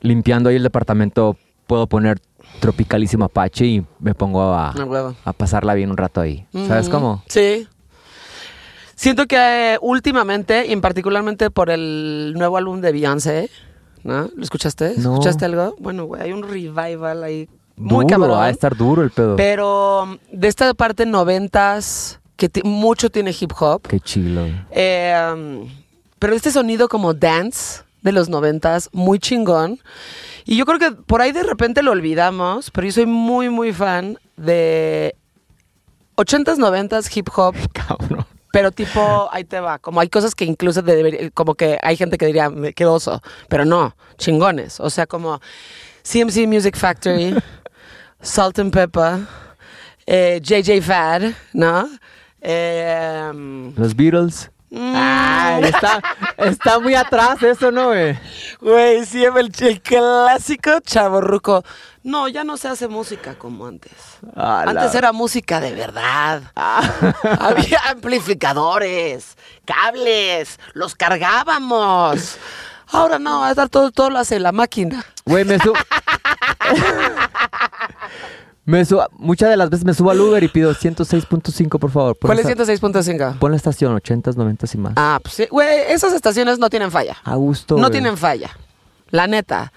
limpiando ahí el departamento, puedo poner Tropicalísimo Apache y me pongo a,
A huevo.
a pasarla bien un rato ahí. ¿Sabes
Ujú.
cómo?
Mm. Sí. Siento que eh, últimamente, y en particularmente por el nuevo álbum de Beyoncé, ¿no? ¿Lo escuchaste?
No.
¿Escuchaste algo? Bueno, güey, hay un revival ahí muy
Duro,
cabrón.
Ha de estar duro el pedo.
Pero um, de esta parte noventas, que ti- mucho tiene hip hop,
Qué chilo. güey.
eh, um, pero este sonido como dance de los noventas, muy chingón. Y yo creo que por ahí de repente lo olvidamos, pero yo soy muy, muy fan de 80s, 90s hip hop,
Cabrón.
pero tipo, ahí te va. Como hay cosas que incluso te debería- como que hay gente que diría, "Me- qué oso, pero no, chingones. O sea, como CMC Music Factory, Salt and Pepper, eh, JJ Fad, ¿no? Eh, mm,
Los Beatles. Ay, está, está muy atrás eso, ¿no, güey?
Güey, sí, el, el clásico chaborruco. No, ya no se hace música como antes.
Ah, la- Ah.
antes era música de verdad. Había amplificadores, cables, los cargábamos. Ahora no, ahora todo, todo lo hace la máquina.
Güey, me subo. me subo. Muchas de las veces me subo al Uber y pido 106.5, por favor. Pon
¿Cuál es
esta-
106.5?
Pon la estación, 80, 90 y más.
Ah, pues sí, güey, esas estaciones no tienen falla.
A gusto.
No
güey.
tienen falla. La neta.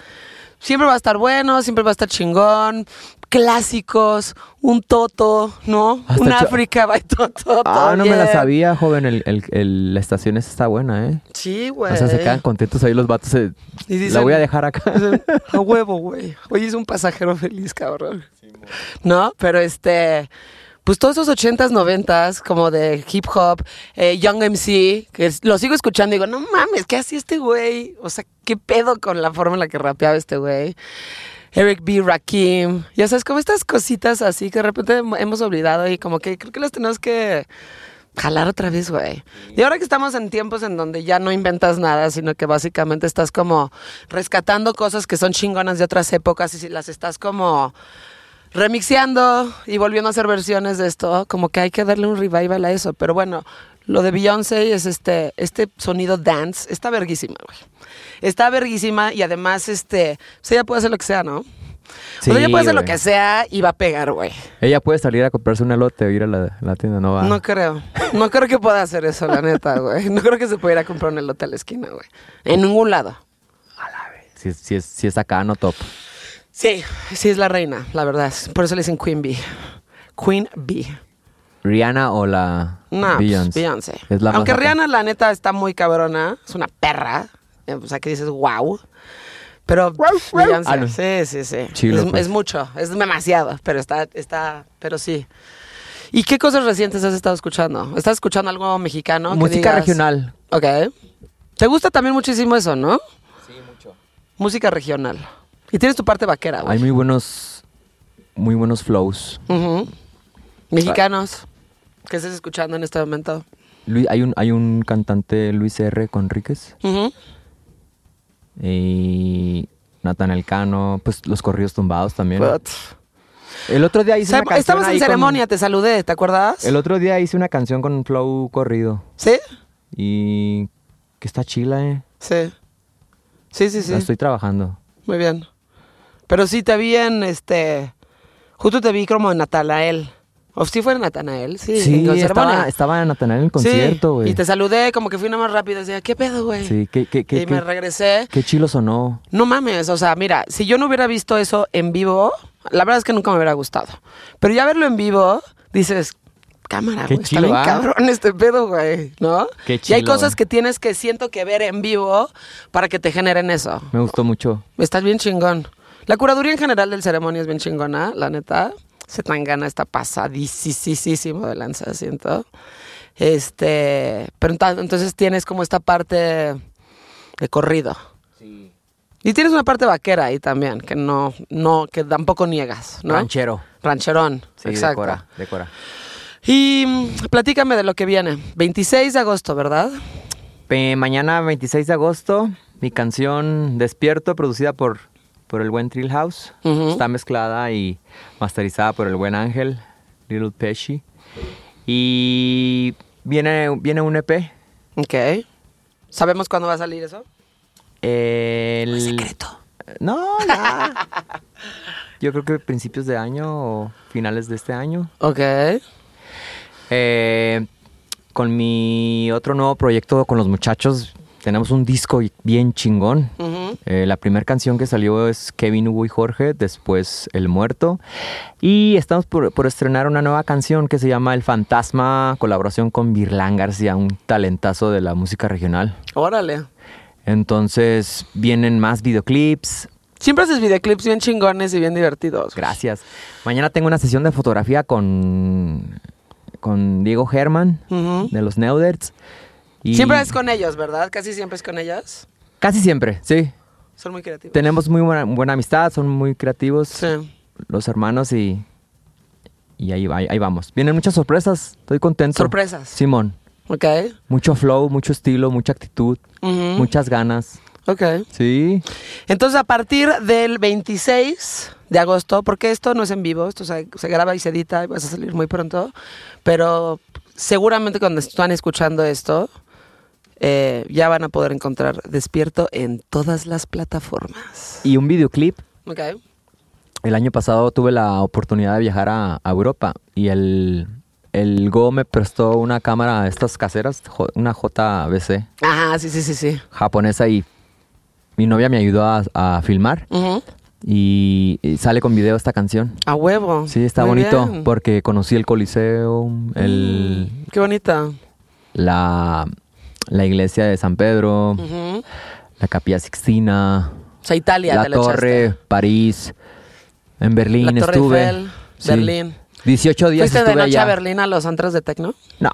Siempre va a estar bueno, siempre va a estar chingón. Clásicos, un Toto, ¿no?
Hasta
un
cho-
África by Toto.
Ah, no me la
yeah.
sabía, joven. El, el- el- la estación esa está buena, ¿eh?
Sí, güey.
O sea, se quedan contentos ahí los vatos. se-
Pues. Y dicen-
la voy a dejar acá.
Dicen, A huevo, güey. Hoy es un pasajero feliz, cabrón. ¿No? Pero este. Pues todos esos 80s, 90s, como de hip hop, eh, Young MC, que es- lo sigo escuchando y digo, no mames, ¿qué hacía este güey? O sea, ¿qué pedo con la forma en la que rapeaba este güey? Eric B. Rakim, ya sabes, como estas cositas así que de repente hem- hemos olvidado y como que creo que las tenemos que jalar otra vez, güey. Y ahora que estamos en tiempos en donde ya no inventas nada, sino que básicamente estás como rescatando cosas que son chingonas de otras épocas y si las estás como remixeando y volviendo a hacer versiones de esto, como que hay que darle un revival a eso. Pero bueno, lo de Beyoncé es este, este sonido dance, está verguísima, güey. Está verguísima y además, este, pues ella puede hacer lo que sea, ¿no? o sea, ella puede hacer lo
güey.
que sea y va a pegar, güey.
Ella puede salir a comprarse un elote o ir a la, la tienda, no va.
No creo. No creo que pueda hacer eso, la neta, güey. No creo que se pudiera comprar un elote a la esquina, güey. En ningún lado.
Si, es- si es, si es acá, no top.
Sí, sí es la reina, la verdad. Por eso le dicen Queen Bee. Queen Bee.
Rihanna o la
No, pues,
Beyoncé.
Beyoncé.
Es la más
Aunque
acá.
Rihanna, la neta, está muy cabrona. Es una perra. Eh, O sea, que dices, wow. Pero pff, Beyoncé,
Ah, no.
sí, sí, sí.
Chilo,
es,
pues.
es mucho, es demasiado, pero está, está, pero sí. ¿Y qué cosas recientes has estado escuchando? ¿Estás escuchando algo mexicano? que
Música
digas?
regional.
Ok. Te gusta también muchísimo eso, ¿no? Sí, mucho. Música regional. Y tienes tu parte vaquera,
Hay
güey.
muy buenos, muy buenos flows.
Ujú. Mexicanos. ¿Qué estás escuchando en este momento?
Lu- hay, un, hay un cantante, Luis R. Conríquez,
Ujú.
y Natanael Cano, pues los corridos tumbados también.
But-
El otro día hice
Sa-
una canción
Estamos
ahí
en
con-
ceremonia, te saludé, ¿te acuerdas?
el otro día hice una canción con un flow corrido,
¿Sí?
y que está chila, eh.
Sí. Sí, sí, sí.
La estoy trabajando.
Muy bien. Pero sí, te vi en este. Justo te vi como en Natalael. O si fuera Natanael, sí.
Sí,
en
estaba,
Ceremona.
estaba Natanael en el
Sí,
concierto, güey.
Y te saludé, como que fui nada más rápido. Decía, ¿qué pedo, güey?
Sí, qué, qué, qué,
y me
qué-
regresé.
qué chilo sonó.
No mames, o sea, mira, si yo no hubiera visto eso en vivo, la verdad es que nunca me hubiera gustado. Pero ya verlo en vivo, dices, cámara,
Qué
güey, está
chilo,
bien
¿ah?
cabrón este pedo, güey, ¿no?
Qué
Y hay
chilo.
cosas que tienes que siento que ver en vivo para que te generen eso.
Me gustó mucho.
Estás bien chingón. La curaduría en general del ceremonia es bien chingona, la neta. Se tan gana está pasadísimo de lanza, siento. Este, pero enta- entonces tienes como esta parte de corrido. Y tienes una parte vaquera ahí también, que no, no, que tampoco niegas, ¿no?
Ranchero.
Rancherón,
Sí,
exacto.
decora, decora.
Y mm, platícame de lo que viene. 26 de agosto, ¿verdad?
Pe- mañana 26 de agosto, mi canción Despierto, producida por, por el buen Trill House.
Ujú.
Está mezclada y masterizada por el buen Ángel, Little Pesci. Y viene, viene un E EP.
Ok. ¿Sabemos cuándo va a salir eso?
El...
Secreto.
No, no. Yo creo que principios de año o finales de este año.
Ok.
Eh, con mi otro nuevo proyecto con los muchachos, tenemos un disco bien chingón.
Ujú.
Eh, la primera canción que salió es Kevin Hugo y Jorge, después El Muerto. Y estamos por, por estrenar una nueva canción que se llama El Fantasma, colaboración con Virlán García, un talentazo de la música regional.
Órale.
Entonces vienen más videoclips.
Siempre haces videoclips bien chingones y bien divertidos.
Gracias. Mañana tengo una sesión de fotografía con, con Diego Germán
Ujú.
de los Neuderts. Y
Siempre es con ellos, ¿verdad? Casi siempre es con ellas.
Casi siempre, sí.
Son muy creativos.
Tenemos muy buena, buena amistad, son muy creativos.
Sí.
los hermanos y, y ahí, va- ahí vamos. Vienen muchas sorpresas, estoy contento.
Sorpresas.
Simón,
Ok.
mucho flow, mucho estilo, mucha actitud,
Ujú.
muchas ganas.
Ok.
Sí.
Entonces, a partir del 26 de agosto, porque esto no es en vivo, esto se, se graba y se edita y vas a salir muy pronto, pero seguramente cuando están escuchando esto, eh, ya van a poder encontrar Despierto en todas las plataformas.
Y un videoclip.
Ok.
El año pasado tuve la oportunidad de viajar a, a Europa y el, el Go me prestó una cámara, estas caseras, jo- una JVC
Ajá, sí, sí, sí, sí.
japonesa y mi novia me ayudó a, a filmar
Ujú.
y, y sale con video esta canción.
A huevo.
Sí, está
Muy
bonito
bien. Mm.
porque conocí el Coliseo, el,
Qué bonita.
la, la iglesia de San Pedro,
Ujú.
la Capilla Sixtina,
O sea, Mm, Italia,
la
te lo
Torre,
echaste.
París, en Berlín
La Torre
estuve.
Eiffel, Berlín.
18 días
¿Fuiste de
estuve
noche
allá.
a Berlín a los antros de techno?
No,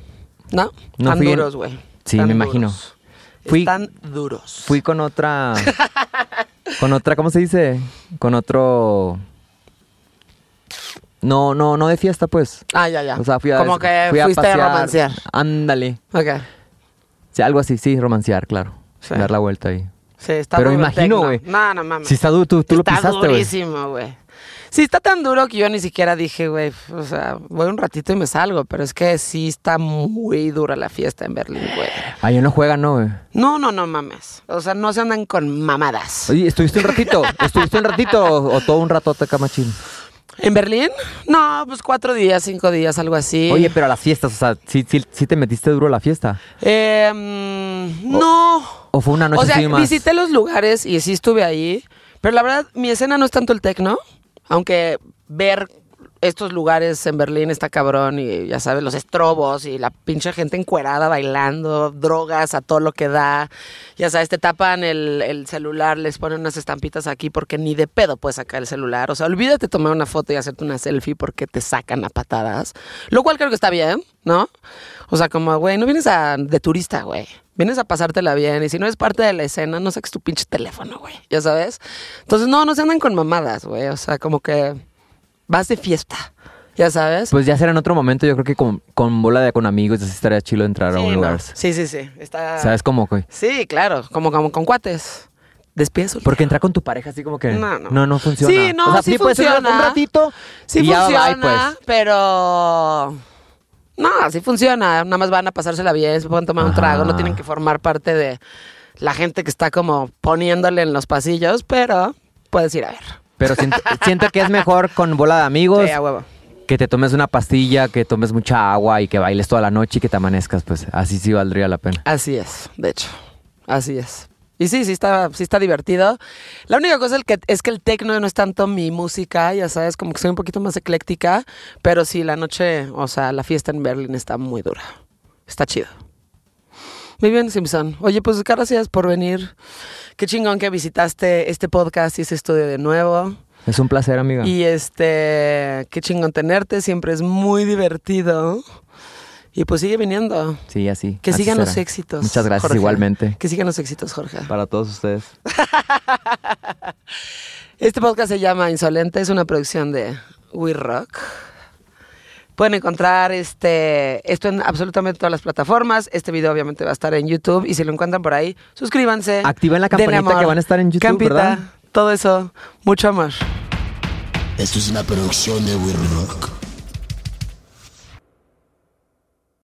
¿No?
No
Tan
fui en-
duros, güey.
Sí,
Tan
me imagino.
duros.
Fui-
Están duros.
fui con otra con otra, ¿cómo se dice? Con otro No, no, no de fiesta, pues.
Ah, ya, ya.
O sea, fui a
Como que
fui a
fuiste a,
pasear.
romancear.
Ándale.
Ok.
Sí, algo así, sí, romancear, claro.
Sí.
Dar la vuelta ahí.
Sí, está
Pero
duro el tecno.
imagino, güey.
No, no mames.
Si está duro, tú, tú lo
está
pisaste, güey.
durísimo, güey. Sí, está tan duro que yo ni siquiera dije, güey, o sea, voy un ratito y me salgo, pero es que sí está muy dura la fiesta en Berlín, güey.
Allá no juegan, ¿no, güey?
No, no, no mames. O sea, no se andan con mamadas.
Oye, ¿estuviste un ratito? ¿Estuviste un ratito o, o todo un ratote acá, machín?
¿En Berlín? No, pues cuatro días, cinco días, algo así.
Oye, pero a las fiestas, o sea, ¿sí, sí, sí te metiste duro a la fiesta?
Eh, mm, no.
o fue una noche
O sea,
así más?
visité los lugares y sí estuve ahí. Pero la verdad, mi escena no es tanto el tecno. Aunque ver estos lugares en Berlín está cabrón y ya sabes, los estrobos y la pinche gente encuerada bailando, drogas a todo lo que da. Ya sabes, te tapan el, el celular, les ponen unas estampitas aquí porque ni de pedo puedes sacar el celular. O sea, olvídate tomar una foto y hacerte una selfie porque te sacan a patadas. Lo cual creo que está bien, ¿no? O sea, como, güey, no vienes a, de turista, güey. Vienes a pasártela bien y si no eres parte de la escena, no saques tu pinche teléfono, güey. Ya sabes. Entonces, no, no se andan con mamadas, güey. O sea, como que vas de fiesta. Ya sabes.
Pues ya será en otro momento, yo creo que con, con bola de con amigos, así estaría chido entrar a
sí,
un
no.
lugar.
sí, sí, sí. Está...
¿Sabes cómo, güey?
Sí, claro. Como, como con cuates. Despiezo.
Porque entrar con tu pareja así como que
No,
no,
no.
no, funciona.
Sí, no,
o sea,
sí
puede ser
funciona.
un ratito
Sí
y ya
funciona,
bye, pues.
pero... No, sí funciona. Nada más van a pasársela bien, se pueden tomar un
Ajá.
trago, no tienen que formar parte de la gente que está como poniéndole en los pasillos, pero puedes ir a ver.
Pero siento, siento que es mejor con bola de amigos
Sí, a huevo.
que te tomes una pastilla, que tomes mucha agua y que bailes toda la noche y que te amanezcas, pues así sí valdría la pena.
Así es, de hecho. Así es. Y sí, sí está, sí está divertido. La única cosa es que, es que el tecno no es tanto mi música, ya sabes, como que soy un poquito más ecléctica, pero sí, la noche, o sea, la fiesta en Berlín está muy dura. Está chido. Muy bien, Simpson. Oye, pues gracias por venir. Qué chingón que visitaste este podcast y ese estudio de nuevo.
Es un placer, amiga.
Y este, qué chingón tenerte, siempre es muy divertido. Y pues sigue viniendo.
sí, así.
Que
así
sigan los
será.
éxitos.
Muchas gracias
Jorge.
igualmente.
Que sigan los éxitos, Jorge.
Para todos ustedes.
Este podcast se llama Insolente, es una producción de We Rock. Pueden encontrar este, esto en absolutamente todas las plataformas. Este video obviamente va a estar en YouTube y si lo encuentran por ahí, suscríbanse.
Activen la
denle
campanita
amor,
que van a estar en YouTube,
campita,
¿verdad?
Todo eso, mucho amor.
Esto es una producción de We Rock.